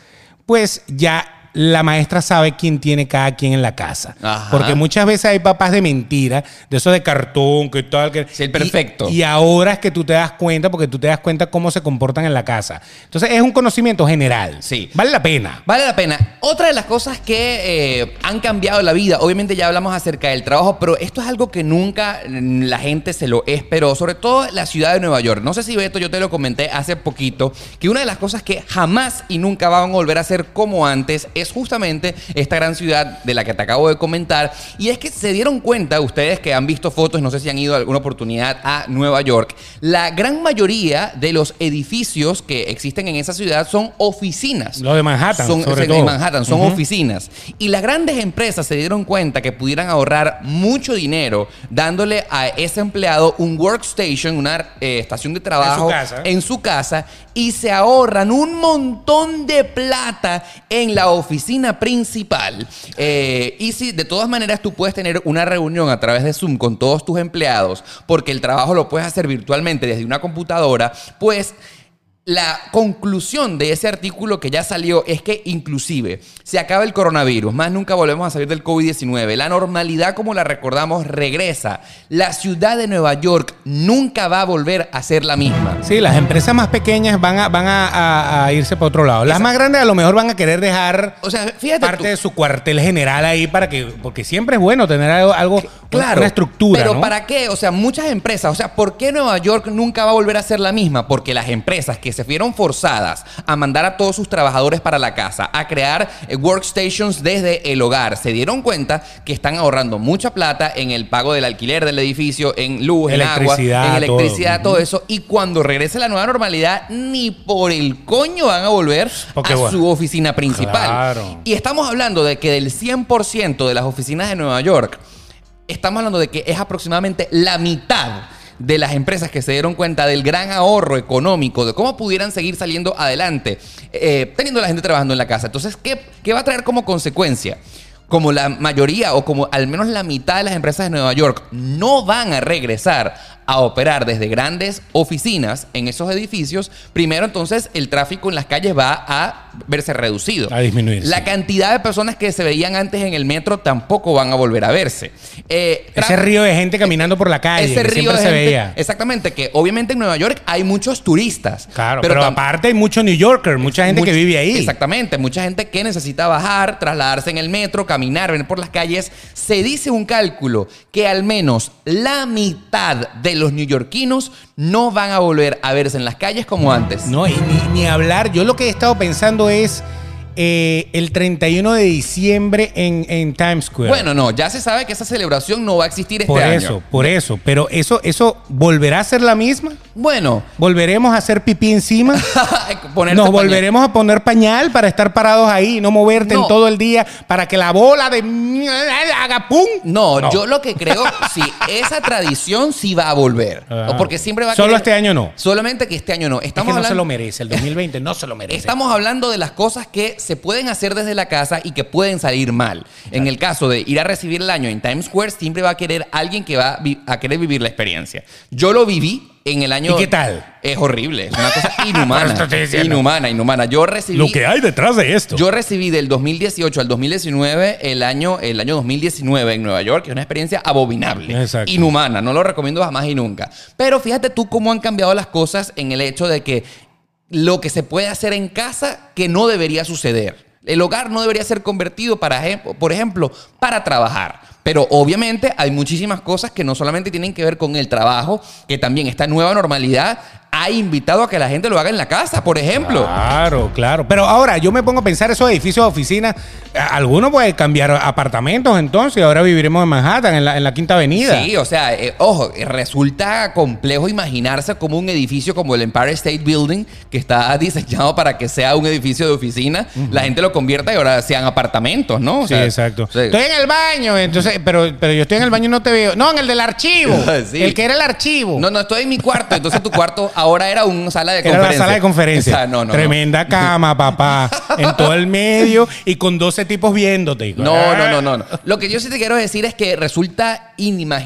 B: pues ya... La maestra sabe quién tiene cada quien en la casa.
A: Ajá.
B: Porque muchas veces hay papás de mentira, de eso de cartón, que tal, que...
A: Sí, el perfecto.
B: Y, y ahora es que tú te das cuenta, porque tú te das cuenta cómo se comportan en la casa. Entonces es un conocimiento general.
A: Sí.
B: Vale la pena.
A: Vale la pena. Otra de las cosas que eh, han cambiado la vida, obviamente ya hablamos acerca del trabajo, pero esto es algo que nunca mm, la gente se lo esperó, sobre todo la ciudad de Nueva York. No sé si Beto, yo te lo comenté hace poquito, que una de las cosas que jamás y nunca van a volver a ser como antes es justamente esta gran ciudad de la que te acabo de comentar. Y es que se dieron cuenta, ustedes que han visto fotos, no sé si han ido alguna oportunidad a Nueva York, la gran mayoría de los edificios que existen en esa ciudad son oficinas.
B: Los de Manhattan,
A: Son,
B: sobre
A: en
B: todo.
A: Manhattan, son
B: Ujú.
A: oficinas. Y las grandes empresas se dieron cuenta que pudieran ahorrar mucho dinero dándole a ese empleado un workstation, una eh, estación de trabajo
B: casa.
A: en su casa y se ahorran un montón de plata en la oficina principal. Eh, y si de todas maneras tú puedes tener una reunión a través de Zoom con todos tus empleados, porque el trabajo lo puedes hacer virtualmente desde una computadora, pues... La conclusión de ese artículo que ya salió es que inclusive se acaba el coronavirus, más nunca volvemos a salir del COVID-19, la normalidad como la recordamos regresa, la ciudad de Nueva York nunca va a volver a ser la misma.
B: Sí, las empresas más pequeñas van a, van a, a- a irse para otro lado. Las más grandes a lo mejor van a querer dejar
A: O sea, fíjate
B: parte
A: tú.
B: de su cuartel general ahí para que. Porque siempre es bueno tener algo, algo-
A: Claro,
B: una estructura.
A: Pero
B: ¿no?
A: ¿para qué? O sea, muchas empresas, o sea, ¿por qué Nueva York nunca va a volver a ser la misma? Porque las empresas que se vieron forzadas a mandar a todos sus trabajadores para la casa, a crear eh, workstations desde el hogar, se dieron cuenta que están ahorrando mucha plata en el pago del alquiler del edificio, en luz, en agua, en
B: Electricidad, todo.
A: electricidad, todo, eso. Y cuando regrese la nueva normalidad, ni por el coño van a volver
B: Porque
A: a
B: bueno.
A: su oficina principal.
B: Claro.
A: Y estamos hablando de que del 100% de las oficinas de Nueva York, estamos hablando de que es aproximadamente la mitad de las empresas que se dieron cuenta del gran ahorro económico, de cómo pudieran seguir saliendo adelante, eh, teniendo a la gente trabajando en la casa. Entonces, ¿qué, qué va a traer como consecuencia? como la mayoría o como al menos la mitad de las empresas de Nueva York no van a regresar a operar desde grandes oficinas en esos edificios, primero entonces el tráfico en las calles va a verse reducido.
B: A disminuir,
A: La
B: sí.
A: cantidad de personas que se veían antes en el metro tampoco van a volver a verse. Eh, tra-
B: Ese río de gente caminando por la calle.
A: e- ese
B: que
A: río
B: siempre
A: de
B: se
A: gente-
B: veía.
A: Exactamente, que obviamente en Nueva York hay muchos turistas.
B: Claro, pero,
A: tam-
B: aparte hay mucho New Yorker, mucha gente que
A: Mucha-
B: vive ahí.
A: Exactamente, mucha gente que necesita bajar, trasladarse en el metro, caminar, venir por las calles. Se dice un cálculo que al menos la mitad de los neoyorquinos no van a volver a verse en las calles como antes.
B: No, y ni, ni hablar. Yo lo que he estado pensando es eh, el 31 de diciembre en, en Times Square.
A: Bueno, no, ya se sabe que esa celebración no va a existir este
B: por
A: año.
B: eso, por eso. Pero eso, eso volverá a ser la misma.
A: Bueno,
B: Volveremos a hacer pipí encima.
A: ponerse
B: Nos
A: pañal-
B: volveremos a poner pañal para estar parados ahí, no moverte
A: No.
B: en todo el día, para que la bola de haga pum.
A: No,
B: No.
A: yo lo que creo, sí, esa tradición sí va a volver.
B: Ah.
A: Porque siempre va a
B: Solo
A: querer-
B: este año no.
A: Solamente que este año no. Estamos
B: es que no se
A: hablando-
B: lo merece, el 2020 no se lo merece.
A: Estamos hablando de las cosas que se pueden hacer desde la casa y que pueden salir mal. En el caso de ir a recibir el año en Times Square, siempre va a querer alguien que va a vi- a querer vivir la experiencia. Yo lo viví en el año.
B: ¿Y qué tal?
A: Es horrible, es una cosa
B: Por eso
A: inhumana.
B: estoy diciendo.
A: inhumana, inhumana. Yo recibí.
B: hay detrás de esto.
A: Yo recibí del 2018 al 2019 el año, el año 2019 en Nueva York, que es una experiencia abominable,
B: Exacto.
A: inhumana, no lo recomiendo jamás y nunca. Pero fíjate tú cómo han cambiado las cosas en el hecho de que lo que se puede hacer en casa que no debería suceder. El hogar no debería ser convertido, para, ejem- por ejemplo, para trabajar. Pero obviamente hay muchísimas cosas que no solamente tienen que ver con el trabajo, que también esta nueva normalidad ha invitado a que la gente lo haga en la casa, por ejemplo.
B: Claro, claro. Pero ahora yo me pongo a pensar esos edificios de oficinas. a- Algunos pueden cambiar apartamentos entonces. Ahora viviremos en Manhattan, en la, en la Quinta Avenida.
A: Sí, o sea, eh, ojo, eh, resulta complejo imaginarse como un edificio como el Empire State Building, que está diseñado para que sea un edificio de oficina, la gente lo convierta y ahora sean apartamentos, ¿no? O
B: Sí,
A: sea,
B: exacto.
A: sí.
B: Estoy en el baño, entonces, pero, pero yo estoy en el baño y no te veo. No, en el del archivo.
A: Sí.
B: El que era el archivo.
A: No, no, estoy en mi cuarto, entonces tu cuarto ahora era una sala de
B: Era la
A: conferencia.
B: sala de conferencia.
A: O sea, no, no, no.
B: Tremenda cama, papá. En todo el medio y con 12 tipos viéndote.
A: No, no, no, no, no. Lo que yo sí te quiero decir es que resulta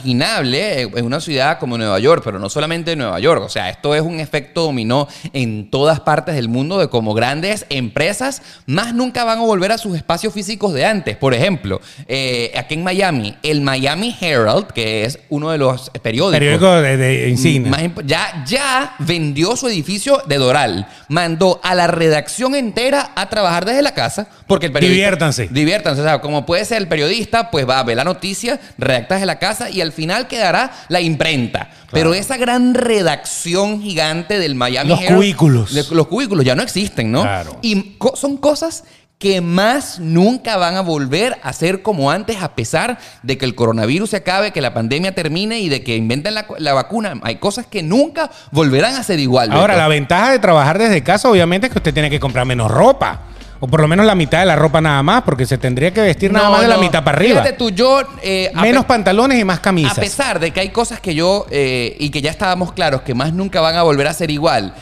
A: inimaginable eh, en una ciudad como Nueva York, pero no solamente en Nueva York. O sea, esto es un efecto dominó en todas partes del mundo de como grandes empresas más nunca van a volver a sus espacios físicos de antes. Por ejemplo, eh, aquí en Miami, el Miami Herald, que es uno de los periódicos
B: Periódico de, de insignia.
A: más imp- ya, ya vendió su edificio de Doral. Mandó a la redacción entera a trabajar desde la casa. Porque el periodista.
B: Diviértanse.
A: Diviértanse. O sea, como puede ser el periodista, pues va a ver la noticia, redactas desde la casa y al final quedará la imprenta. Pero esa gran redacción gigante del Miami.
B: Los cubículos.
A: de- los cubículos ya no existen, ¿no?
B: Claro.
A: Y co- son cosas que más nunca van a volver a ser como antes, a pesar de que el coronavirus se acabe, que la pandemia termine y de que inventen la, la vacuna. Hay cosas que nunca volverán a ser igual.
B: Ahora,
A: Beto.
B: la ventaja de trabajar desde casa, obviamente, es que usted tiene que comprar menos ropa. O por lo menos la mitad de la ropa nada más, porque se tendría que vestir nada
A: No,
B: más de la
A: no.
B: mitad para arriba.
A: Fíjate tú, yo... eh, a
B: Menos
A: pe-
B: pantalones y más
A: A
B: camisas.
A: pesar de que hay cosas que yo eh, y que ya estábamos claros que más nunca van a volver a ser igual,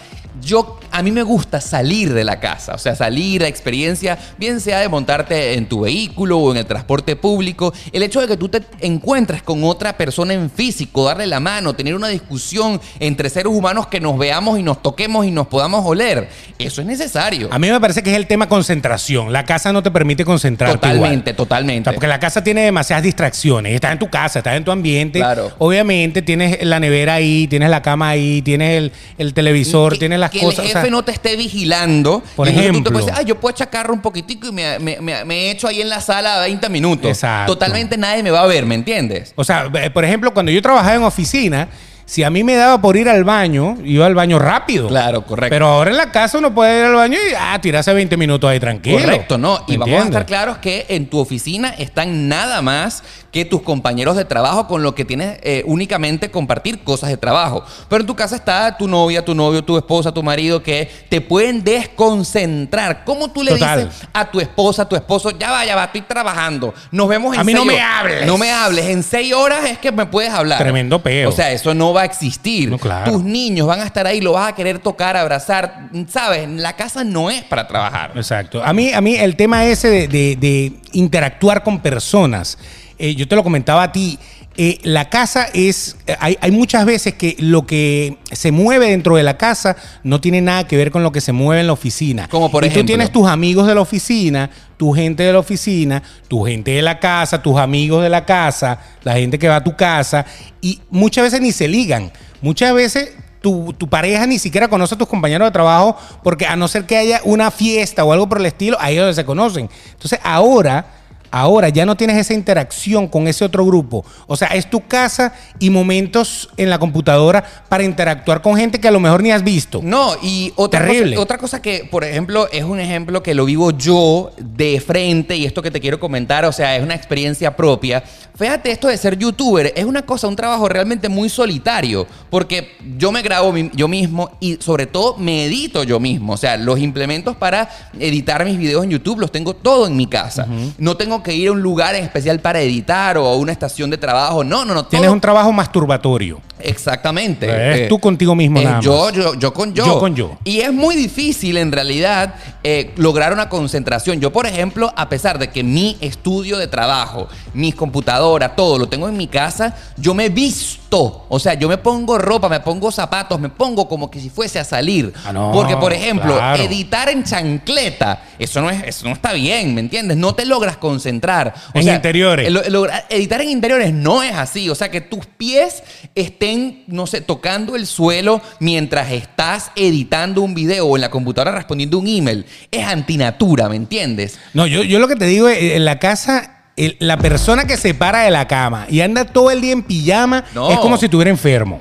A: yo a mí me gusta salir de la casa, o sea, salir a experiencia, bien sea de montarte en tu vehículo o en el transporte público, el hecho de que tú te encuentres con otra persona en físico, darle la mano, tener una discusión entre seres humanos que nos veamos y nos toquemos y nos podamos oler, eso es necesario.
B: A mí me parece que es el tema concentración. La casa no te permite concentrarte. igual.
A: Totalmente,
B: O sea,
A: totalmente.
B: porque la casa tiene demasiadas distracciones. Estás en tu casa, estás en tu ambiente.
A: Claro.
B: Obviamente tienes la nevera ahí, tienes la cama ahí, tienes el, el televisor,
A: que-
B: tienes las
A: que
B: cosas. o
A: el
B: sea,
A: jefe no te esté vigilando.
B: Por
A: Y entonces Tú te
B: ejemplo.
A: puedes decir, ah, yo puedo chacarro un poquitico y me, me, me- me echo ahí en la sala 20 minutos.
B: Exacto.
A: Totalmente nadie me va a ver, ¿me entiendes?
B: O sea, eh, por ejemplo, cuando yo trabajaba en oficina, si a mí me daba por ir al baño, iba al baño rápido.
A: Claro, correcto.
B: Pero ahora en la casa uno puede ir al baño y ah, tirarse 20 minutos ahí tranquilo.
A: Correcto, ¿no? Y vamos a
B: ¿Me entiendes?
A: estar claros que en tu oficina están nada más que tus compañeros de trabajo con lo que tienes eh, únicamente compartir cosas de trabajo. Pero en tu casa está tu novia, tu novio, tu esposa, tu marido, que te pueden desconcentrar. ¿Cómo tú le
B: Total.
A: dices a tu esposa, a tu esposo, ya va, ya va, estoy trabajando, nos vemos en
B: A mí no
A: seis
B: me
A: horas"?
B: hables.
A: No me hables, en seis horas es que me puedes hablar.
B: Tremendo peo.
A: O sea, eso no va a existir.
B: No, claro.
A: Tus niños van a estar ahí, lo vas a querer tocar, abrazar. ¿Sabes? La casa no es para trabajar.
B: Exacto. A mí, a mí el tema ese de, de- de interactuar con personas, eh, yo te lo comentaba a ti, eh, la casa es, eh, hay, hay muchas veces que lo que se mueve dentro de la casa no tiene nada que ver con lo que se mueve en la oficina.
A: Como por
B: Y
A: ejemplo.
B: tú tienes tus amigos de la oficina, tu gente de la oficina, tu gente de la casa, tus amigos de la casa, la gente que va a tu casa, y muchas veces ni se ligan. Muchas veces tu, tu pareja ni siquiera conoce a tus compañeros de trabajo, porque a no ser que haya una fiesta o algo por el estilo, ahí es donde se conocen. Entonces ahora. Ahora ya no tienes esa interacción con ese otro grupo. O sea, es tu casa y momentos en la computadora para interactuar con gente que a lo mejor ni has visto.
A: No, y otra
B: Terrible.
A: cosa, otra cosa que, por ejemplo, es un ejemplo que lo vivo yo de frente y esto que te quiero comentar, o sea, es una experiencia propia. Fíjate, esto de ser youtuber es una cosa, un trabajo realmente muy solitario, porque yo me grabo mi- yo mismo y sobre todo me edito yo mismo, o sea, los implementos para editar mis videos en YouTube los tengo todo en mi casa. No tengo que ir a un lugar en especial para editar o a una estación de trabajo, no, no, no.
B: Tienes
A: todo-
B: un trabajo masturbatorio.
A: Exactamente.
B: Es
A: Eh,
B: tú contigo mismo
A: eh,
B: nada
A: yo,
B: más.
A: Yo, yo con yo.
B: Yo con yo.
A: Y es muy difícil en realidad eh, lograr una concentración. Yo, por ejemplo, a pesar de que mi estudio de trabajo, mis computadoras, todo lo tengo en mi casa, yo me visto. O sea, yo me pongo ropa, me pongo zapatos, me pongo como que si fuese a salir.
B: Ah, no,
A: Porque, por ejemplo,
B: claro.
A: editar en chancleta, eso no, es, eso no está bien, ¿me entiendes? No te logras concentrar. O
B: En interiores.
A: el- lo- lograr- editar en interiores no es así. O sea, que tus pies estén, no sé, tocando el suelo mientras estás editando un video o en la computadora respondiendo un email. Es antinatura, ¿me entiendes?
B: No, yo, yo lo que te digo es, en la casa, el- la persona que se para de la cama y anda todo el día en pijama
A: No.
B: es como si estuviera enfermo.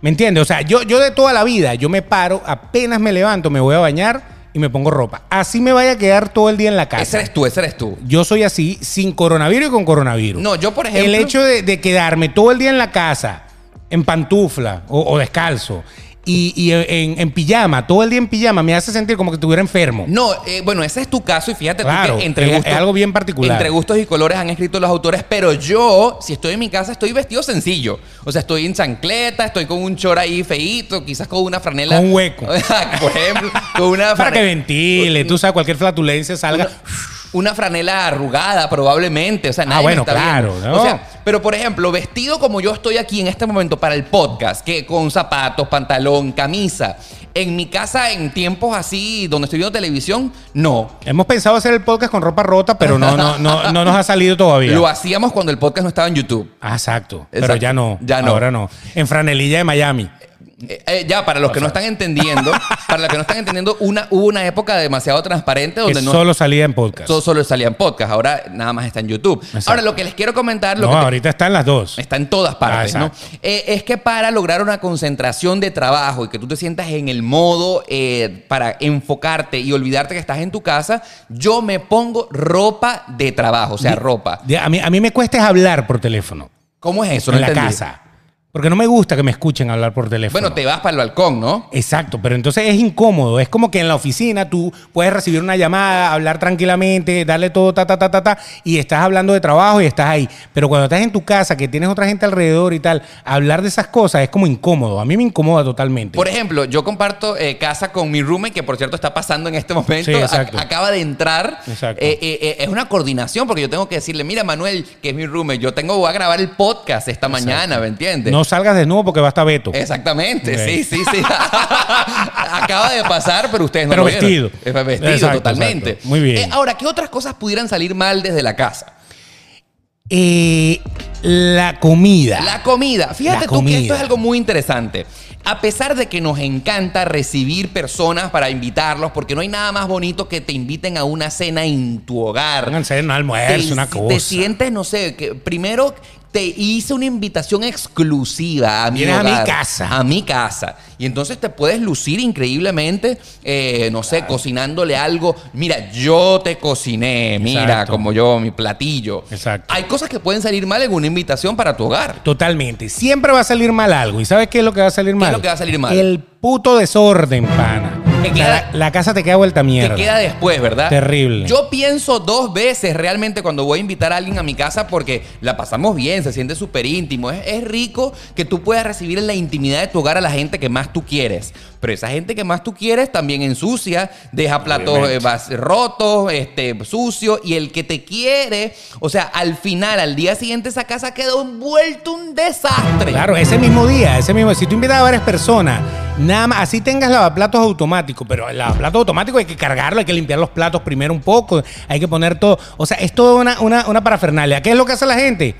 B: ¿Me entiendes? O sea, yo, yo de toda la vida, yo me paro, apenas me levanto, me voy a bañar y me pongo ropa. Así me vaya a quedar todo el día en la casa.
A: Ese eres tú, ese eres tú.
B: Yo soy así, sin coronavirus y con coronavirus.
A: No, yo, por ejemplo-
B: El hecho de, de quedarme todo el día en la casa, en pantufla o, o descalzo, y, y en, en pijama, todo el día en pijama, me hace sentir como que estuviera enfermo.
A: No, eh, bueno, ese es tu caso y fíjate tú
B: Claro,
A: que entre
B: es-
A: gustos,
B: es algo bien particular.
A: Entre gustos y colores han escrito los autores, pero yo, si estoy en mi casa, estoy vestido sencillo. O sea, estoy en chancleta, estoy con un chor ahí feíto, quizás con una franela.
B: Con un hueco.
A: por ejemplo, con una
B: Para que
A: frane-
B: ventile, tú sabes, cualquier flatulencia salga.
A: Una franela arrugada, probablemente. O sea, nadie me
B: Ah, bueno,
A: está
B: claro,
A: viendo.
B: ¿no?
A: O sea, pero por ejemplo, vestido como yo estoy aquí en este momento para el podcast, que con zapatos, pantalón, camisa. En mi casa, en tiempos así, donde estoy viendo televisión, no.
B: Hemos pensado hacer el podcast con ropa rota, pero no, no, no, no nos ha salido todavía.
A: Lo hacíamos cuando el podcast no estaba en YouTube.
B: Ah, exacto. Pero
A: Exacto.
B: ya no.
A: Ya no.
B: Ahora no. En franelilla de Miami.
A: Eh, eh, ya, para los que no están entendiendo, para los que no están entendiendo, una, hubo una época demasiado transparente
B: Que
A: donde no
B: solo salía en podcast.
A: solo, solo salía en podcast, ahora nada más está en YouTube.
B: Exacto.
A: Ahora lo que les quiero comentar, lo
B: no,
A: que te-
B: ahorita están las dos.
A: Está en todas partes,
B: Ah,
A: ¿no? Eh, es que para lograr una concentración de trabajo y que tú te sientas en el modo eh, para enfocarte y olvidarte que estás en tu casa, yo me pongo ropa de trabajo, o sea,
B: Di-
A: ropa.
B: Ya, A mí, a mí me cuesta es hablar por teléfono.
A: ¿Cómo es eso? No
B: en la
A: entendí.
B: casa. Porque no me gusta que me escuchen hablar por teléfono.
A: Bueno, te vas para el balcón, ¿no?
B: Exacto, pero entonces es incómodo. Es como que en la oficina tú puedes recibir una llamada, hablar tranquilamente, darle todo ta, ta, ta, ta, ta, y estás hablando de trabajo y estás ahí. Pero cuando estás en tu casa, que tienes otra gente alrededor y tal, hablar de esas cosas es como incómodo. A mí me incomoda totalmente.
A: Por ejemplo, yo comparto eh, casa con mi roommate, que por cierto está pasando en este momento.
B: Sí, exacto.
A: Ac- acaba de entrar.
B: Exacto.
A: Eh, eh, eh, es una coordinación porque yo tengo que decirle, mira, Manuel, que es mi roommate, yo tengo, voy a grabar el podcast esta mañana, ¿me entiendes?
B: no salgas de nuevo porque va a estar Beto.
A: Exactamente,
B: Ok.
A: sí, sí, sí. Acaba de pasar, pero ustedes no
B: Pero
A: lo vieron.
B: vestido.
A: Es vestido,
B: Exacto,
A: totalmente.
B: exacto. Muy bien.
A: Eh, ahora, ¿qué otras cosas pudieran salir mal desde la casa?
B: Eh, la comida.
A: La comida. Fíjate
B: Ah. La
A: tú que esto
B: comida.
A: es algo muy interesante. A pesar de que nos encanta recibir personas para invitarlos, porque no hay nada más bonito que te inviten a una cena en tu hogar.
B: Pónganse en un
A: te,
B: almuerzo, una
A: te
B: cosa.
A: sientes, no sé, que primero te hice una invitación exclusiva a mi
B: Vienes a mi
A: hogar,
B: casa.
A: A mi casa. Y entonces te puedes lucir increíblemente, eh, no sé, cocinándole algo. Mira, yo te cociné, mira,
B: Exacto.
A: como yo, mi platillo.
B: Exacto.
A: Hay cosas que pueden salir mal en una invitación para tu hogar.
B: Totalmente. Siempre va a salir mal algo. ¿Y sabes qué es lo que va a salir mal?
A: es lo que va a salir mal?
B: El puto desorden, pana.
A: Que
B: La-
A: queda-
B: la, casa te queda vuelta mierda.
A: Que queda después, ¿verdad?
B: Terrible.
A: Yo pienso dos veces realmente cuando voy a invitar a alguien a mi casa porque la pasamos bien, se siente súper íntimo. Es, es rico que tú puedas recibir en la intimidad de tu hogar a la gente que más tú quieres. Pero esa gente que más tú quieres también ensucia, deja platos
B: Obviamente.
A: eh, vas- rotos, este, sucios. Y el que te quiere, o sea, al final, al día siguiente, esa casa queda envuelto un desastre.
B: Claro, ese mismo día, ese mismo. Si tú invitas a varias personas, nada más, así tengas lavaplatos automático, pero el lavaplatos automático hay que cargarlo, hay que limpiar los platos primero un poco, hay que poner todo. O sea, es toda una, una, una parafernalia. ¿Qué es lo que hace la gente?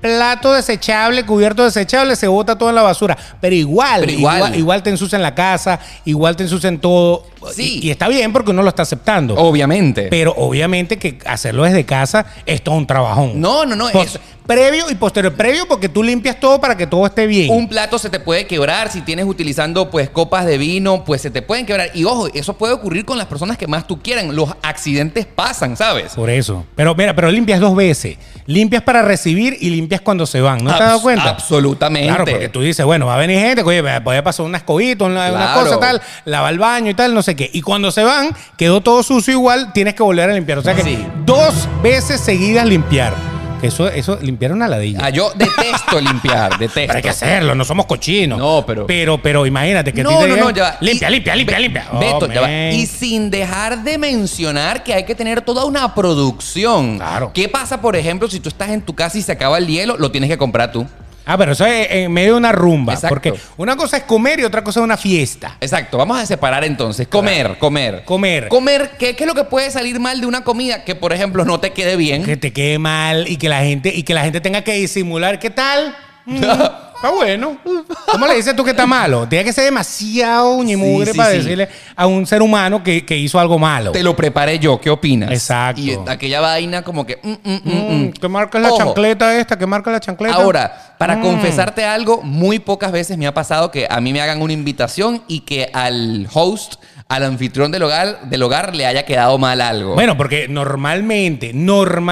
B: Plato desechable, cubierto desechable, se bota todo en la basura. Pero igual,
A: Pero igual.
B: igual, igual, te ensucian la casa, igual te ensucian todo.
A: Sí. Oh.
B: Y, y está bien porque uno lo está aceptando.
A: Obviamente.
B: Pero obviamente que hacerlo desde casa es todo un trabajón.
A: No, no, no,
B: Pos-
A: es-
B: Previo y posterior. Previo porque tú limpias todo para que todo esté bien.
A: Un plato se te puede quebrar si tienes utilizando pues copas de vino, pues se te pueden quebrar. Y ojo, eso puede ocurrir con las personas que más tú quieran. Los accidentes pasan, ¿sabes?
B: Por eso. Pero mira, pero limpias dos veces. Limpias para recibir y limpias cuando se van. ¿No te has dado
A: Abs-
B: cuenta?
A: Absolutamente.
B: Claro, porque tú dices, bueno, va a venir gente, que, oye, voy a pasar una escobita, una, una
A: Claro.
B: cosa tal, lava el baño y tal, no sé qué. Y cuando se van, quedó todo sucio igual, tienes que volver a limpiar. O sea que
A: Sí.
B: dos veces seguidas limpiar. Eso, eso, limpiar una ladilla.
A: Ah, yo detesto limpiar, detesto.
B: Pero hay que hacerlo, no somos cochinos.
A: No, pero-
B: Pero, pero imagínate que a ti
A: No,
B: te
A: no,
B: digan,
A: no, ya va.
B: Limpia,
A: Y-
B: limpia, limpia,
A: Be-
B: limpia. Oh,
A: Beto, ya va.
B: man.
A: Y sin dejar de mencionar que hay que tener toda una producción.
B: Claro.
A: ¿Qué pasa, por ejemplo, si tú estás en tu casa y se acaba el hielo? Lo tienes que comprar tú.
B: Ah, pero eso es en medio de una rumba.
A: Exacto.
B: Porque una cosa es comer y otra cosa es una fiesta.
A: Exacto, vamos a separar entonces. Comer, comer.
B: Comer.
A: Comer, ¿qué, qué es lo que puede salir mal de una comida? Que, por ejemplo, no te quede bien.
B: Que te quede mal y que la gente, y que la gente tenga que disimular. ¿Qué tal? Mm, está bueno. ¿Cómo le dices tú que está malo? Tiene que ser demasiado ñemugre
A: Sí, sí,
B: para
A: sí.
B: decirle a un ser humano que, que hizo algo malo.
A: Te lo preparé yo, ¿qué opinas?
B: Exacto.
A: Y aquella vaina como que... mm, mm, mm, mm.
B: Mm, ¿Qué marca es la
A: Ojo.
B: chancleta esta? ¿Qué marca es la chancleta?
A: Ahora, para
B: Mm.
A: confesarte algo, muy pocas veces me ha pasado que a mí me hagan una invitación y que al host, al anfitrión del hogar, del hogar le haya quedado mal algo.
B: Bueno, porque normalmente,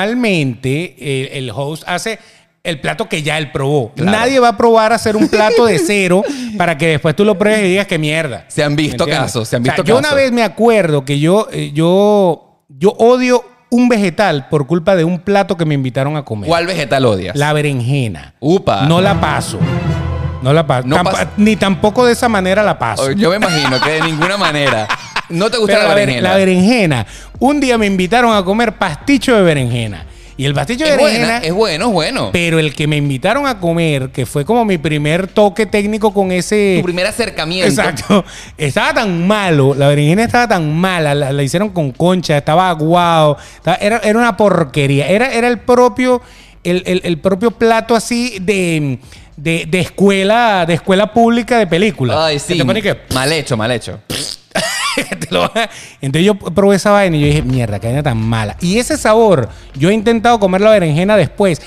B: normalmente eh, el host hace el plato que ya él probó.
A: Claro.
B: Nadie va a probar hacer un plato de cero para que después tú lo pruebes y digas que mierda.
A: Se han visto
B: ¿Me entiendes?
A: casos, se han
B: O sea,
A: visto
B: Yo
A: casos.
B: una vez me acuerdo que yo, eh, yo, yo odio un vegetal por culpa de un plato que me invitaron a comer.
A: ¿Cuál vegetal odias?
B: La berenjena.
A: Upa.
B: No la paso. No la paso.
A: No
B: Tampa-
A: pas-
B: ni tampoco de esa manera la paso.
A: Oh, Yo me imagino que de ninguna manera. No te gusta
B: Pero
A: la
B: ber-
A: berenjena.
B: la berenjena. Un día me invitaron a comer pasticho de berenjena. Y el pasticho de
A: es,
B: berenjena.
A: buena, es bueno, es bueno.
B: Pero el que me invitaron a comer, que fue como mi primer toque técnico con ese.
A: Tu primer acercamiento.
B: Exacto. Estaba tan malo, la berenjena estaba tan mala, la, la hicieron con concha, estaba aguado, estaba- era, era una porquería. Era, era el propio, el, el- el propio plato así de, de, de escuela, de escuela pública de película.
A: Ay,
B: Que
A: sí.
B: te ponen que-
A: Mal hecho, mal hecho.
B: te lo- Entonces yo probé esa vaina y yo dije, mierda, qué vaina tan mala. Y ese sabor, yo he intentado comer la berenjena después.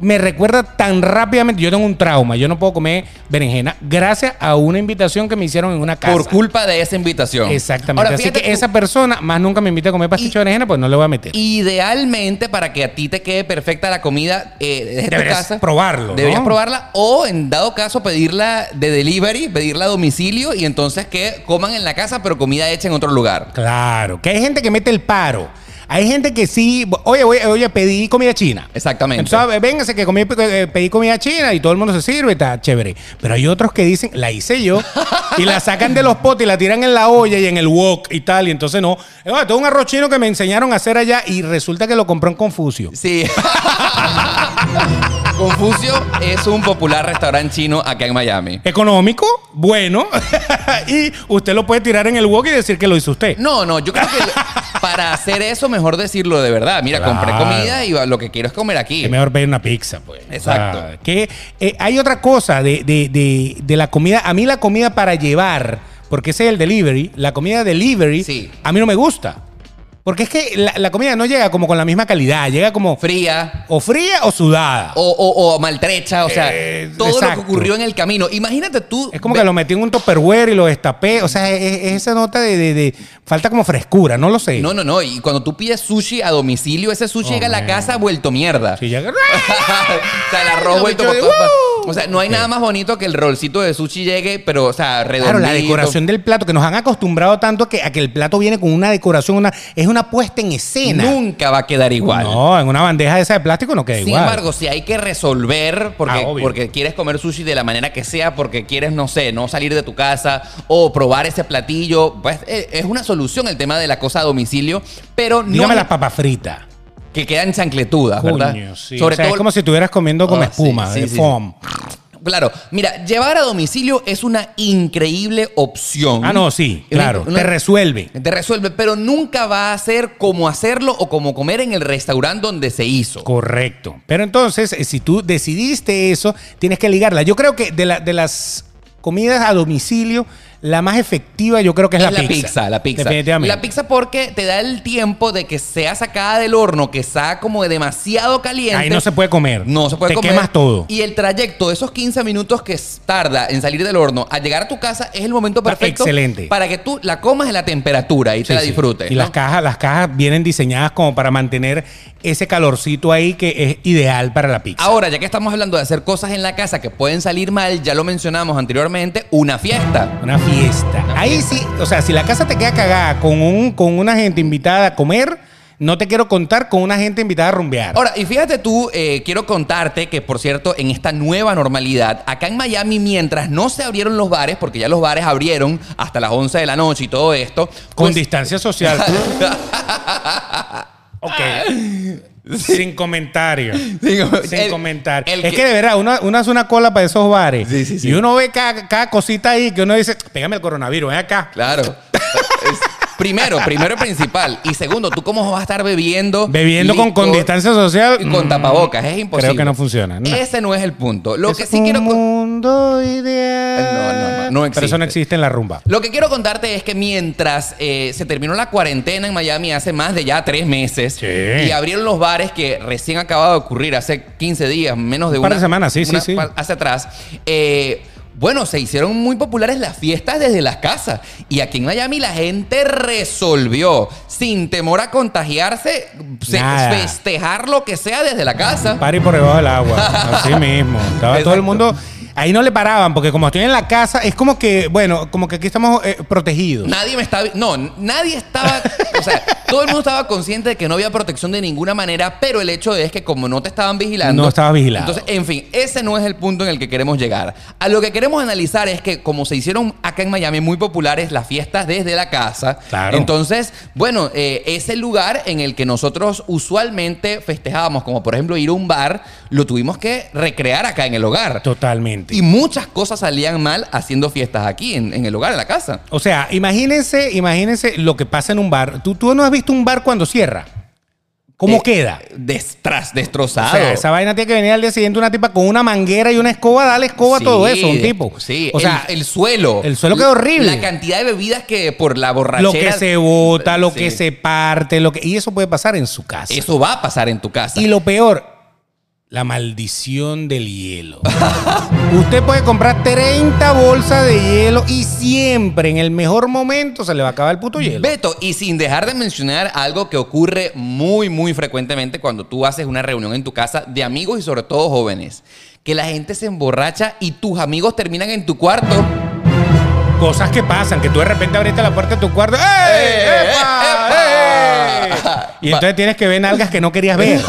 B: Me recuerda tan rápidamente. Yo tengo un trauma. Yo no puedo comer berenjena gracias a una invitación que me hicieron en una casa.
A: Por culpa de esa invitación.
B: Exactamente.
A: Ahora,
B: Así que
A: fíjate tú,
B: esa persona más nunca me invita a comer pasticho de berenjena, pues no le voy a meter.
A: Idealmente, para que a ti te quede perfecta la comida eh, desde tu
B: Deberías
A: casa.
B: probarlo, ¿no?
A: Deberías probarla o, en dado caso, pedirla de delivery, pedirla a domicilio y entonces que coman en la casa, pero comida hecha en otro lugar.
B: Claro, que hay gente que mete el paro. Hay gente que sí, oye, oye, oye, pedí comida china.
A: Exactamente.
B: Entonces, ah, véngase que comí, eh, pedí comida china y todo el mundo se sirve, está chévere. Pero hay otros que dicen, la hice yo, y la sacan de los potes y la tiran en la olla y en el wok y tal, y entonces no. Eh, bueno, tengo un arroz chino que me enseñaron a hacer allá y resulta que lo compró en Confucio.
A: Sí. Confucio es un popular restaurante chino acá en Miami.
B: Económico, bueno, y usted lo puede tirar en el wok y decir que lo hizo usted.
A: No, no, yo creo que lo- para hacer eso, mejor decirlo de verdad. Mira,
B: Claro.
A: compré comida y lo que quiero es comer aquí.
B: Es mejor pedir una pizza, pues.
A: Exacto.
B: O sea, que eh, hay otra cosa de, de- de- de la comida. A mí la comida para llevar, porque ese es el delivery, la comida delivery,
A: Sí.
B: a mí no me gusta. Porque es que la, la comida no llega como con la misma calidad, llega como
A: Fría.
B: o fría o sudada.
A: O, o- o maltrecha, o sea,
B: Eh,
A: todo lo que
B: exacto.
A: ocurrió en el camino. Imagínate tú.
B: Es como que lo metí en un topperware y lo destapé. O sea, es, es esa nota de, de- de- Falta como frescura, no lo sé.
A: No, no, no. Y cuando tú pides sushi a domicilio, ese sushi
B: Oh,
A: llega a la
B: man.
A: casa vuelto mierda.
B: Sí, ya- ¡Ah!
A: o sea, el arroz
B: Los
A: vuelto
B: bichos de,
A: papá.
B: ¡wow!
A: O sea, no hay nada más bonito que el rolcito de sushi llegue, pero, o sea, redondito.
B: Claro, la decoración del plato, que nos han acostumbrado tanto a que, a que el plato viene con una decoración, una, es una puesta en escena.
A: Nunca va a quedar igual.
B: No, en una bandeja de esa de plástico no queda
A: Sin
B: Eh, igual.
A: embargo, si hay que resolver porque,
B: Ah, obvio.
A: porque quieres comer sushi de la manera que sea, porque quieres, no sé, no salir de tu casa o probar ese platillo, pues eh, es una solución el tema de la cosa a domicilio, pero no
B: Dígame
A: es-
B: las papas fritas.
A: que quedan chancletudas, ¿verdad?
B: Coño, sí. O sea, es como si estuvieras comiendo con
A: Ah,
B: espuma,
A: sí, sí,
B: de
A: sí.
B: foam.
A: Claro, mira, llevar a domicilio es una increíble opción.
B: Ah, no, sí,
A: Una-
B: claro.
A: una-
B: Te resuelve.
A: te resuelve, pero nunca va a ser como hacerlo o como comer en el restaurante donde se hizo.
B: Correcto. Pero entonces, eh, si tú decidiste eso, tienes que ligarla. Yo creo que de, la- de las comidas a domicilio, la más efectiva yo creo que es,
A: Es la pizza. la pizza.
B: Definitivamente.
A: La pizza porque te da el tiempo de que sea sacada del horno, que está como demasiado caliente.
B: Ahí no se puede comer.
A: No se puede
B: Te
A: comer.
B: quemas todo.
A: Y el trayecto de esos 15 minutos que s- tarda en salir del horno a llegar a tu casa es el momento
B: Está
A: perfecto.
B: Ah, excelente.
A: Para que tú la comas en la temperatura y te
B: Sí,
A: la
B: sí.
A: disfrutes.
B: Y
A: ¿no?
B: las cajas, las cajas vienen diseñadas como para mantener ese calorcito ahí que es ideal para la pizza.
A: Ahora, ya que estamos hablando de hacer cosas en la casa que pueden salir mal, ya lo mencionamos anteriormente, una fiesta.
B: Una fiesta. Ahí sí, o sea, si la casa te queda cagada con, un, con una gente invitada a comer, no te quiero contar con una gente invitada a rumbear.
A: Ahora, y fíjate tú, eh, quiero contarte que, por cierto, en esta nueva normalidad, acá en Miami, mientras no se abrieron los bares, porque ya los bares abrieron hasta las 11 de la noche y todo esto.
B: con
A: pues-
B: distancia social. ok. Sin comentario.
A: Digo,
B: Sin
A: el-
B: comentar.
A: el
B: es que, de verdad, uno, uno hace una cola para esos bares.
A: Sí, sí, sí.
B: Y uno ve cada, cada cosita ahí que uno dice, pégame el coronavirus, ven acá.
A: Claro. Es- primero, primero y principal. Y segundo, ¿tú cómo vas a estar bebiendo?
B: Bebiendo con, con
A: licor
B: distancia social.
A: y con
B: mm,
A: tapabocas? Es imposible.
B: Creo que no funciona. no.
A: Ese no es el punto. Lo
B: Es
A: que sí
B: un
A: quiero... con-
B: mundo ideal.
A: No, no, no, no
B: Pero eso no
A: existe.
B: existe en la rumba.
A: Lo que quiero contarte es que mientras eh, se terminó la cuarentena en Miami hace más de ya tres meses
B: Sí.
A: y abrieron los bares que recién acaba de ocurrir hace 15 días, menos de
B: Un par
A: una
B: de semanas, sí, sí,
A: una
B: sí.
A: pa- Hacia atrás. eh, bueno, se hicieron muy populares las fiestas desde las casas. Y aquí en Miami la gente resolvió, sin temor a contagiarse, se-
B: Nada.
A: festejar lo que sea desde la casa.
B: Pari por debajo del agua. Así mismo. Estaba todo
A: Exacto.
B: el mundo. Ahí no le paraban, porque como estoy en la casa, es como que, bueno, como que aquí estamos eh, protegidos.
A: Nadie me estaba. No, nadie estaba. O sea, todo el mundo estaba consciente de que no había protección de ninguna manera, pero el hecho es que como no te estaban vigilando.
B: No estabas vigilado.
A: Entonces, en fin, ese no es el punto en el que queremos llegar. A lo que queremos analizar es que, como se hicieron acá en Miami muy populares las fiestas desde la casa.
B: Claro.
A: Entonces, bueno, eh, es el lugar en el que nosotros usualmente festejábamos, como por ejemplo ir a un bar, lo tuvimos que recrear acá en el hogar.
B: Totalmente.
A: Y muchas cosas salían mal haciendo fiestas aquí, en, en el hogar, en la casa.
B: o sea, imagínense, imagínense lo que pasa en un bar. ¿Tú, tú no has visto un bar cuando cierra? ¿Cómo
A: Eh,
B: queda?
A: destras-
B: O
A: destrozado.
B: sea, esa vaina tiene que venir al día siguiente una tipa con una manguera y una escoba, dale escoba a todo
A: Sí,
B: eso, un
A: de-
B: tipo.
A: Sí,
B: o sea,
A: el, el suelo.
B: el suelo queda horrible.
A: La cantidad de bebidas que por la borrachera.
B: lo que se bota, lo
A: Sí.
B: que se parte, lo que y eso puede pasar en su casa.
A: Eso va a pasar en tu casa.
B: Y lo peor, la maldición del hielo. Usted puede comprar 30 bolsas de hielo y siempre en el mejor momento se le va a acabar el puto hielo.
A: Beto, y sin dejar de mencionar algo que ocurre muy, muy frecuentemente cuando tú haces una reunión en tu casa de amigos y sobre todo jóvenes, que la gente se emborracha y tus amigos terminan en tu cuarto.
B: Cosas que pasan, que tú de repente abriste la puerta de tu cuarto. ¡Ey!
A: ¡Eh,
B: ¡Epa!
A: epa!
B: ¡Ey! Y entonces tienes que ver nalgas que no querías ver.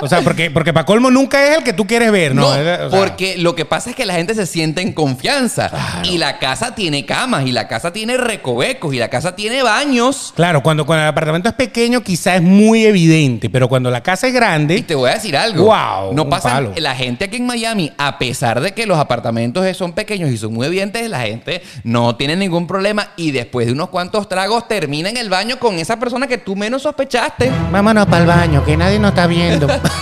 B: O sea, porque, porque para colmo nunca es el que tú quieres ver, ¿no?
A: No,
B: Es- o sea,
A: porque lo que pasa es que la gente se siente en confianza. Y la casa tiene camas, y la casa tiene recovecos, y la casa tiene baños.
B: Claro, cuando, cuando el apartamento es pequeño quizás es muy evidente, pero cuando la casa es grande...
A: Y te voy a decir algo.
B: Guau,
A: No
B: un
A: pasa.
B: palo.
A: La gente aquí en Miami, a pesar de que los apartamentos son pequeños y son muy evidentes, la gente no tiene ningún problema. Y después de unos cuantos tragos, termina en el baño con esa persona que tú menos sospechaste.
B: Vámonos para el baño, que nadie nos está viendo.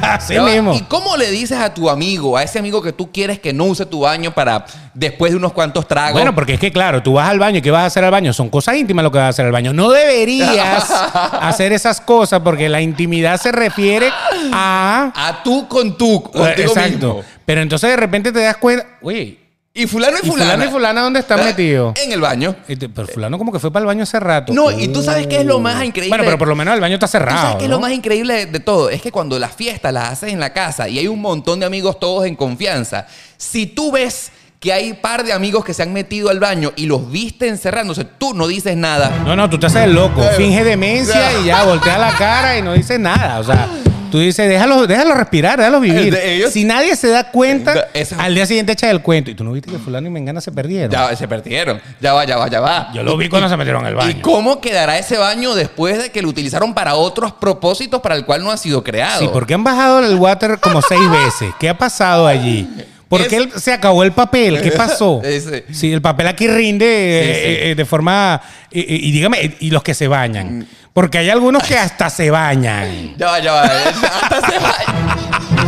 B: Así
A: Ya va.
B: mismo.
A: ¿Y cómo le dices a tu amigo, a ese amigo que tú quieres que no use tu baño para después de unos cuantos tragos?
B: Bueno, porque es que claro, tú vas al baño, ¿y ¿qué vas a hacer al baño? Son cosas íntimas lo que vas a hacer al baño. No deberías hacer esas cosas porque la intimidad se refiere a...
A: a tú con tú, contigo
B: Eh, Exacto.
A: mismo.
B: Pero entonces de repente te das cuenta, oye,
A: Y fulano y
B: ¿y
A: fulana. eh,
B: fulano y fulana dónde están
A: ¿verdad?
B: metidos?
A: En el baño.
B: Y te- Pero fulano como que fue para el baño hace rato. Oh.
A: No, y tú sabes qué es lo más increíble.
B: Bueno, pero por lo menos el baño está cerrado.
A: ¿Tú sabes qué es
B: ¿no?
A: lo más increíble de, de todo? Es que cuando las fiestas las haces en la casa y hay un montón de amigos todos en confianza, si tú ves que hay par de amigos que se han metido al baño y los viste encerrándose, tú no dices nada.
B: No, no, tú te haces el loco. Finge demencia y ya voltea la cara y no dice nada. O sea, tú dices, déjalo, déjalo respirar, déjalo vivir.
A: De ellos-
B: Si nadie se da cuenta,
A: Eh, eso-
B: al día siguiente echa el cuento. Y tú no viste que fulano y mengana se perdieron.
A: Ya va, se perdieron. Ya va, ya va, ya va.
B: Yo lo vi cuando se metieron al
A: ¿Y
B: baño.
A: cómo quedará ese baño después de que lo utilizaron para otros propósitos para el cual no ha sido creado?
B: Sí, porque han bajado el water como seis veces. ¿Qué ha pasado allí? ¿Por
A: Es-
B: qué el- se acabó el papel? ¿Qué pasó?
A: Ese.
B: Sí, el papel aquí rinde eh,
A: Sí, sí.
B: eh, eh, de forma... eh, eh, y dígame, eh, y los que se
A: Mm.
B: bañan. Porque hay algunos que hasta se bañan.
A: Ya va, ya va. Hasta se va.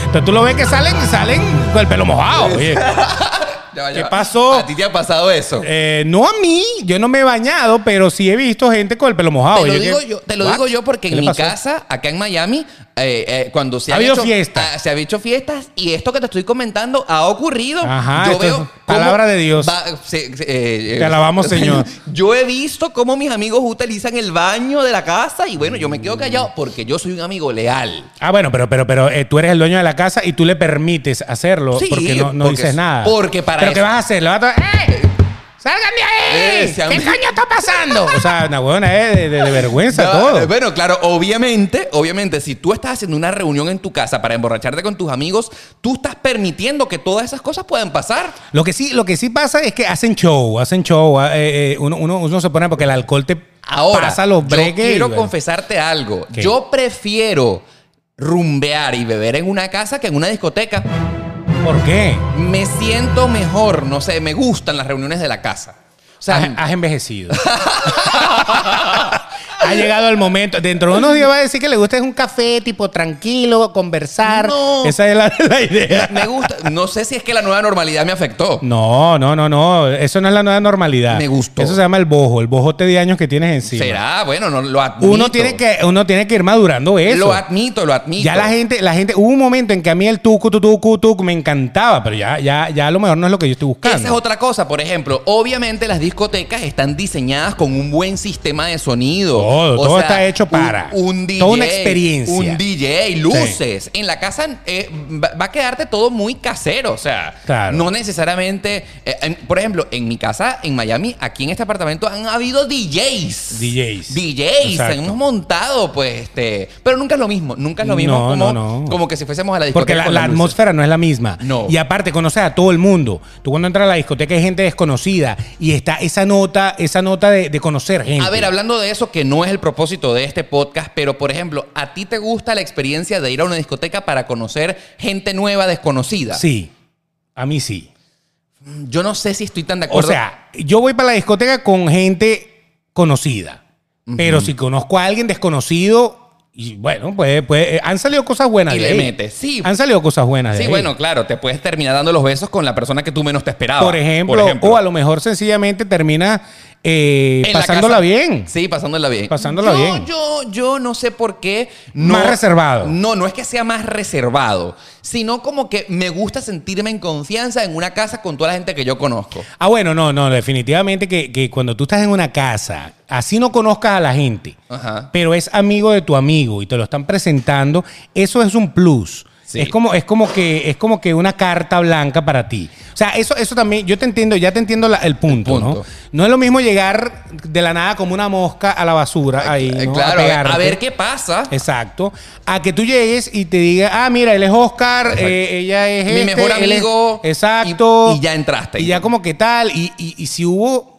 B: Entonces tú lo ves que salen, salen con el pelo mojado. Oye.
A: Ya va, ya
B: ¿Qué
A: va.
B: pasó?
A: ¿A ti te ha pasado eso?
B: Eh, no a mí, yo no me he bañado, pero sí he visto gente con el pelo mojado.
A: Te lo,
B: Yo
A: digo,
B: que-
A: yo, te lo
B: Ah, ¿What?
A: digo yo porque
B: ¿Qué
A: en
B: le
A: mi
B: pasó?
A: casa, acá en Miami, eh, eh, cuando se
B: Ha
A: han
B: habido
A: hecho-
B: fiestas.
A: ah, se han hecho fiestas y esto que te estoy comentando ha ocurrido.
B: Ajá,
A: yo
B: esto es
A: veo
B: palabra
A: cómo
B: de Dios.
A: va- se- se- eh, eh,
B: Te alabamos, Señor.
A: Yo he visto cómo mis amigos utilizan el baño de la casa y bueno, yo me quedo
B: Mm.
A: callado porque yo soy un amigo leal.
B: Ah, bueno, pero, pero, pero eh, tú eres el dueño de la casa y tú le permites hacerlo
A: Sí,
B: porque no, no
A: porque-
B: dices nada.
A: porque para
B: ¿Pero qué
A: eso-
B: vas a hacer? ¿Le vas a to- ¡Eh! ¡Salgan de ahí!
A: Eh, se han-
B: ¿Qué coño está pasando? O sea, una buena es de, de- de vergüenza
A: No,
B: todo.
A: eh, Bueno, claro, obviamente, obviamente, si tú estás haciendo una reunión en tu casa para emborracharte con tus amigos, tú estás permitiendo que todas esas cosas puedan pasar.
B: Lo que sí, lo que sí pasa es que hacen show, hacen show. ah, eh, eh, uno, uno- uno se pone porque el alcohol te
A: Ahora,
B: pasa los
A: yo
B: breques. y
A: quiero
B: bueno.
A: confesarte algo.
B: ¿Qué?
A: Yo prefiero rumbear y beber en una casa que en una discoteca.
B: ¿Por qué?
A: Me siento mejor, no sé, me gustan las reuniones de la casa. O sea,
B: has, em- has envejecido. ha llegado el momento. Dentro de unos días va a decir que le gusta es un café tipo tranquilo, conversar.
A: No.
B: Esa es la, la idea.
A: me gusta. No sé si es que la nueva normalidad me afectó.
B: No, no, no, no. Eso no es la nueva normalidad.
A: Me gustó.
B: Eso se llama el bojo, el bojote de años que tienes encima.
A: Será, bueno, no lo admito.
B: Uno tiene, que, uno tiene que ir madurando eso.
A: Lo admito, lo admito.
B: Ya la gente, la gente, hubo un momento en que a mí el tucu, tu, tucu, tucu me encantaba, pero ya, ya, ya a lo mejor no es lo que yo estoy
A: Que
B: buscando.
A: Esa es otra cosa, por ejemplo, obviamente las discotecas están diseñadas con un buen sistema de sonido.
B: Todo,
A: O
B: todo
A: sea,
B: está hecho
A: un-
B: para.
A: Un, DJ.
B: Toda una experiencia.
A: Un DJ, luces. En la casa eh, va, va a quedarte todo muy casero, o sea,
B: Claro.
A: no necesariamente... eh, en- por ejemplo, en mi casa, en Miami, aquí en este apartamento han habido DJs.
B: DJs.
A: DJs,
B: Exacto.
A: hemos montado, pues, este... Pero nunca es lo mismo, nunca es lo mismo
B: No,
A: como,
B: no, no.
A: como que si fuésemos a la discoteca
B: Porque la,
A: con
B: la
A: las luces.
B: atmósfera no es la misma.
A: No.
B: Y aparte, conoces a todo el mundo. Tú cuando entras a la discoteca hay gente desconocida y está esa nota, esa nota de, de conocer gente.
A: A ver, hablando de eso, que no es el propósito de este podcast, pero por ejemplo, ¿a ti te gusta la experiencia de ir a una discoteca para conocer gente nueva, desconocida?
B: Sí, a mí sí.
A: Yo no sé si estoy tan de
B: O
A: acuerdo.
B: sea, yo voy para la discoteca con gente conocida. Pero si conozco a alguien desconocido, y bueno, pues, pues eh, han salido cosas buenas.
A: Y
B: de
A: le
B: ahí.
A: metes, sí.
B: Han salido cosas buenas. de
A: sí,
B: ahí.
A: bueno, claro, te puedes terminar dando los besos con la persona que tú menos te esperabas.
B: Por ejemplo, o a lo mejor sencillamente termina eh,
A: En la
B: pasándola
A: casa-
B: bien.
A: Sí, pasándola bien.
B: Pasándola
A: yo,
B: bien.
A: Yo, yo no sé por qué.
B: Más reservado.
A: No, no es que sea más reservado, sino como que me gusta sentirme en confianza en una casa con toda la gente que yo conozco.
B: Ah, bueno, no, no, definitivamente que, que cuando tú estás en una casa, así no conozcas a la gente,
A: Ajá.
B: pero es amigo de tu amigo y te lo están presentando, eso es un plus.
A: Sí.
B: Es como, es como que, es como que una carta blanca para ti. O sea, eso, eso también, yo te entiendo, ya te entiendo la- el, punto,
A: punto.
B: ¿no? No es lo mismo llegar de la nada como una mosca a la basura ahí.
A: Eh,
B: ¿no?
A: claro, a, ver- a
B: pegarte.
A: ver qué pasa.
B: Exacto. A que tú llegues y te diga, ah, mira, él es Oscar,
A: Exacto.
B: eh, ella es
A: Mi
B: este,
A: mejor
B: él es-
A: amigo.
B: Exacto.
A: Y- y ya entraste.
B: Y ya como que tal. Y, y- y si hubo.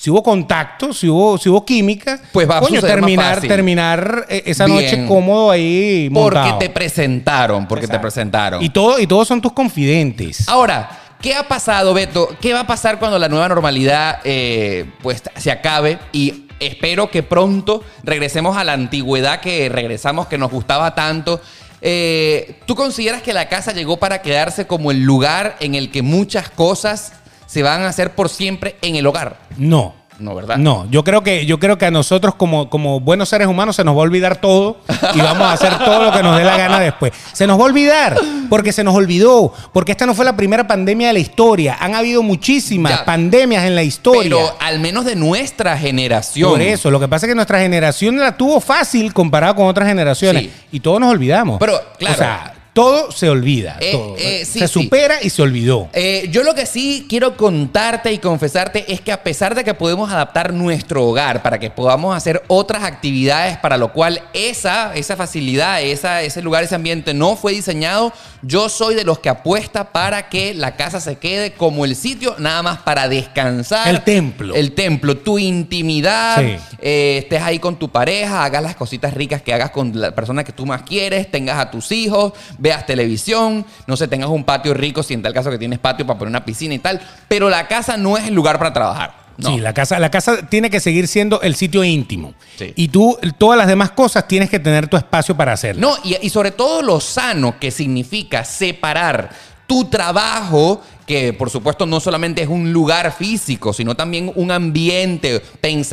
B: Si hubo contacto, si hubo, si hubo química,
A: Pues va a
B: coño,
A: suceder más
B: terminar,
A: fácil.
B: terminar eh, esa
A: Bien.
B: noche cómodo ahí
A: Porque
B: montado.
A: te presentaron, porque te
B: Exacto.
A: presentaron.
B: Y, todo, y todos son tus confidentes.
A: Ah. Ahora, ¿qué ha pasado, Beto? ¿Qué va a pasar cuando la nueva normalidad eh, pues, se acabe y espero que pronto regresemos a la antigüedad que regresamos, que nos gustaba tanto. Eh, ¿Tú consideras que la casa llegó para quedarse como el lugar en el que muchas cosas se van a hacer por siempre en el hogar?
B: No.
A: No, ¿verdad?
B: No, yo creo que, yo creo que a nosotros como, como buenos seres humanos se nos va a olvidar todo y vamos a hacer todo lo que nos dé la gana después. Se nos va a olvidar porque se nos olvidó, porque esta no fue la primera pandemia de la historia. Han habido muchísimas
A: Ya.
B: pandemias en la historia.
A: Pero al menos de nuestra generación.
B: Por eso, lo que pasa es que nuestra generación la tuvo fácil comparada con otras generaciones
A: Sí.
B: y todos nos olvidamos.
A: Pero, claro.
B: O sea, todo se olvida.
A: Eh,
B: todo.
A: eh, sí,
B: se
A: sí.
B: supera y se olvidó.
A: Eh, yo lo que sí quiero contarte y confesarte es que a pesar de que podemos adaptar nuestro hogar para que podamos hacer otras actividades para lo cual esa, esa facilidad, esa, ese lugar, ese ambiente no fue diseñado, yo soy de los que apuesta para que la casa se quede como el sitio nada más para descansar.
B: El templo.
A: El templo, tu intimidad,
B: Sí.
A: eh, estés ahí con tu pareja, hagas las cositas ricas que hagas con la persona que tú más quieres, tengas a tus hijos, veas televisión, no sé, tengas un patio rico, si en tal caso que tienes patio para poner una piscina y tal, pero la casa no es el lugar para trabajar. No.
B: Sí, la casa, la casa tiene que seguir siendo el sitio íntimo.
A: Sí.
B: Y tú, todas las demás cosas, tienes que tener tu espacio para hacerlo.
A: No, y, y sobre todo lo sano que significa separar tu trabajo, que por supuesto no solamente es un lugar físico, sino también un ambiente,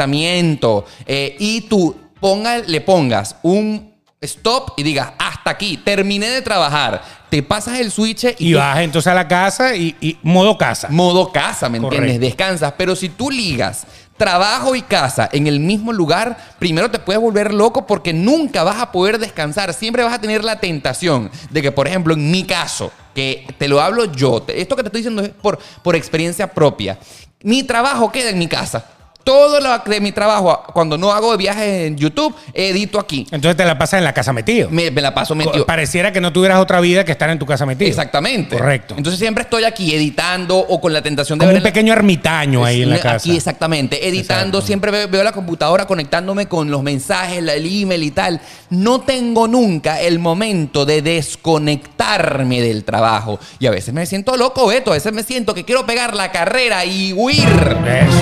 A: pensamiento, eh, y tú ponga- le pongas un stop y digas, hasta aquí, terminé de trabajar, te pasas el switch y,
B: Y
A: tú-
B: vas entonces a la casa y, y modo casa.
A: modo casa, ¿me
B: Correcto.
A: entiendes? Descansas, pero si tú ligas trabajo y casa en el mismo lugar, primero te puedes volver loco porque nunca vas a poder descansar, siempre vas a tener la tentación de que, por ejemplo, en mi caso, que te lo hablo yo, te- esto que te estoy diciendo es por, por experiencia propia, mi trabajo queda en mi casa. Todo lo de mi trabajo, cuando no hago viajes en YouTube, edito aquí.
B: Entonces te la pasas en la casa metido.
A: Me, me la paso metido.
B: Pareciera que no tuvieras otra vida que estar en tu casa metido.
A: Exactamente.
B: Correcto.
A: Entonces siempre estoy aquí editando o con la tentación de
B: Como
A: ver
B: un
A: en la-
B: pequeño ermitaño ahí en la
A: Aquí,
B: casa.
A: exactamente. Editando,
B: Exacto.
A: siempre veo, veo la computadora conectándome con los mensajes, la- el email y tal. No tengo nunca el momento de desconectarme del trabajo. Y a veces me siento loco, Beto. A veces me siento que quiero pegar la carrera y huir.
B: Eso.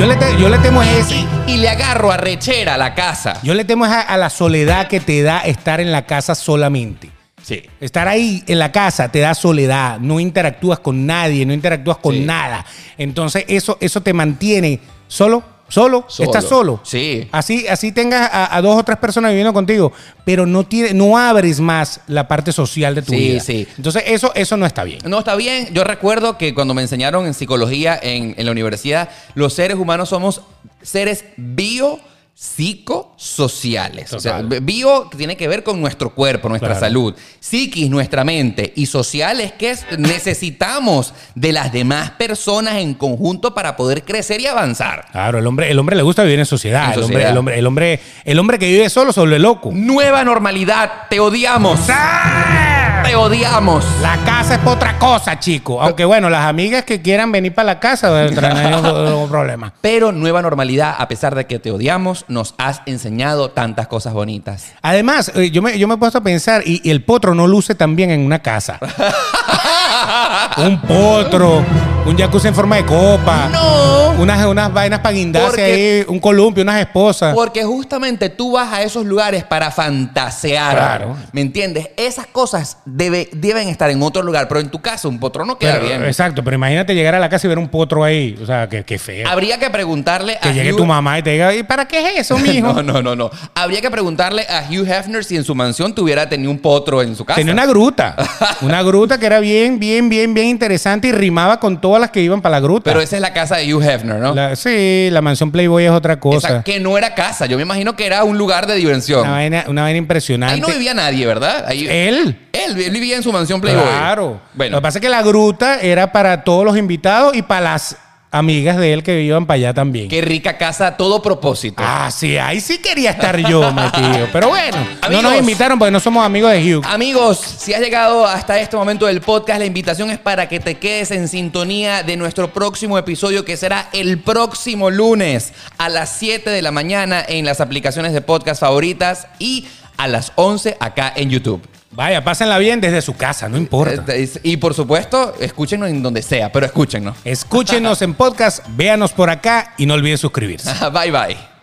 B: Yo le, te- yo le temo es ese.
A: Y, y le agarro a rechera a la casa.
B: Yo le temo es a, a la soledad que te da estar en la casa solamente.
A: Sí.
B: Estar ahí en la casa te da soledad, no interactúas con nadie, no interactúas con
A: Sí.
B: nada. Entonces eso, eso te mantiene solo, solo,
A: Solo.
B: estás solo.
A: Sí.
B: Así, así tengas a, a dos o tres personas viviendo contigo, pero no, tiene, no abres más la parte social de tu
A: Sí,
B: vida.
A: sí.
B: Entonces eso, eso no está bien.
A: No, está bien. Yo recuerdo que cuando me enseñaron en psicología en, en la universidad, los seres humanos somos seres bio psicosociales. O sea,
B: Total.
A: bio que tiene que ver con nuestro cuerpo, nuestra
B: Claro.
A: salud, psiquis, nuestra mente y sociales que es- necesitamos de las demás personas en conjunto para poder crecer y avanzar.
B: Claro, el hombre, el hombre le gusta vivir en sociedad.
A: En
B: el, hombre-
A: sociedad.
B: el Hombre, el, hombre, el, hombre, que vive solo sobre el loco.
A: Nueva normalidad, te odiamos. Te odiamos.
B: La casa es pa' otra cosa, chico. Aunque bueno, las amigas que quieran venir para la casa, no hay ningún ningún problema.
A: Pero nueva normalidad, a pesar de que te odiamos, nos has enseñado tantas cosas bonitas.
B: Además, eh, yo me, yo me he puesto a pensar, y, y el potro no luce tan bien en una casa. un potro, un jacuzzi en forma de copa,
A: No.
B: unas, unas vainas para guindarse
A: Porque-
B: ahí, un columpio, unas esposas.
A: Porque justamente tú vas a esos lugares para fantasear.
B: Claro.
A: ¿Me entiendes? Esas cosas debe- deben estar en otro lugar, pero en tu casa un potro no queda
B: Pero-
A: bien.
B: Exacto, pero imagínate llegar a la casa y ver un potro ahí. O sea, que, que feo.
A: Habría que preguntarle
B: que
A: a
B: llegue
A: Hugh-
B: tu mamá y te diga, ¿y para qué es eso, mijo?
A: No, no, no, no. Habría que preguntarle a Hugh Hefner si en su mansión tuviera tenido un potro en su casa.
B: Tenía una gruta. Una gruta que era bien, bien, bien, bien interesante y rimaba con todas las que iban para la gruta.
A: Pero esa es la casa de Hugh Hefner, ¿no?
B: La- sí, la mansión Playboy es otra
A: Esa
B: cosa.
A: que no era casa. Yo me imagino que era un lugar de diversión.
B: Una vaina, una vaina impresionante.
A: Ahí no vivía nadie, ¿verdad? Ahí-
B: Él.
A: él, él vivía en su mansión Playboy.
B: Claro.
A: Bueno.
B: Lo que pasa es que la gruta era para todos los invitados y para las amigas de él que iban para allá también.
A: Qué rica casa a todo propósito.
B: Ah, sí, ahí sí quería estar yo, metido. Pero bueno,
A: Amigos.
B: no nos invitaron porque no somos amigos de Hugh.
A: Amigos, si has llegado hasta este momento del podcast, la invitación es para que te quedes en sintonía de nuestro próximo episodio que será el próximo lunes a las 7 de la mañana en las aplicaciones de podcast favoritas y a las 11 acá en YouTube.
B: Vaya, pásenla bien desde su casa, no importa.
A: Eh, Y por supuesto, escúchenos en donde sea, pero escúchenos.
B: Escúchenos en podcast, véanos por acá y no olviden suscribirse.
A: bye bye.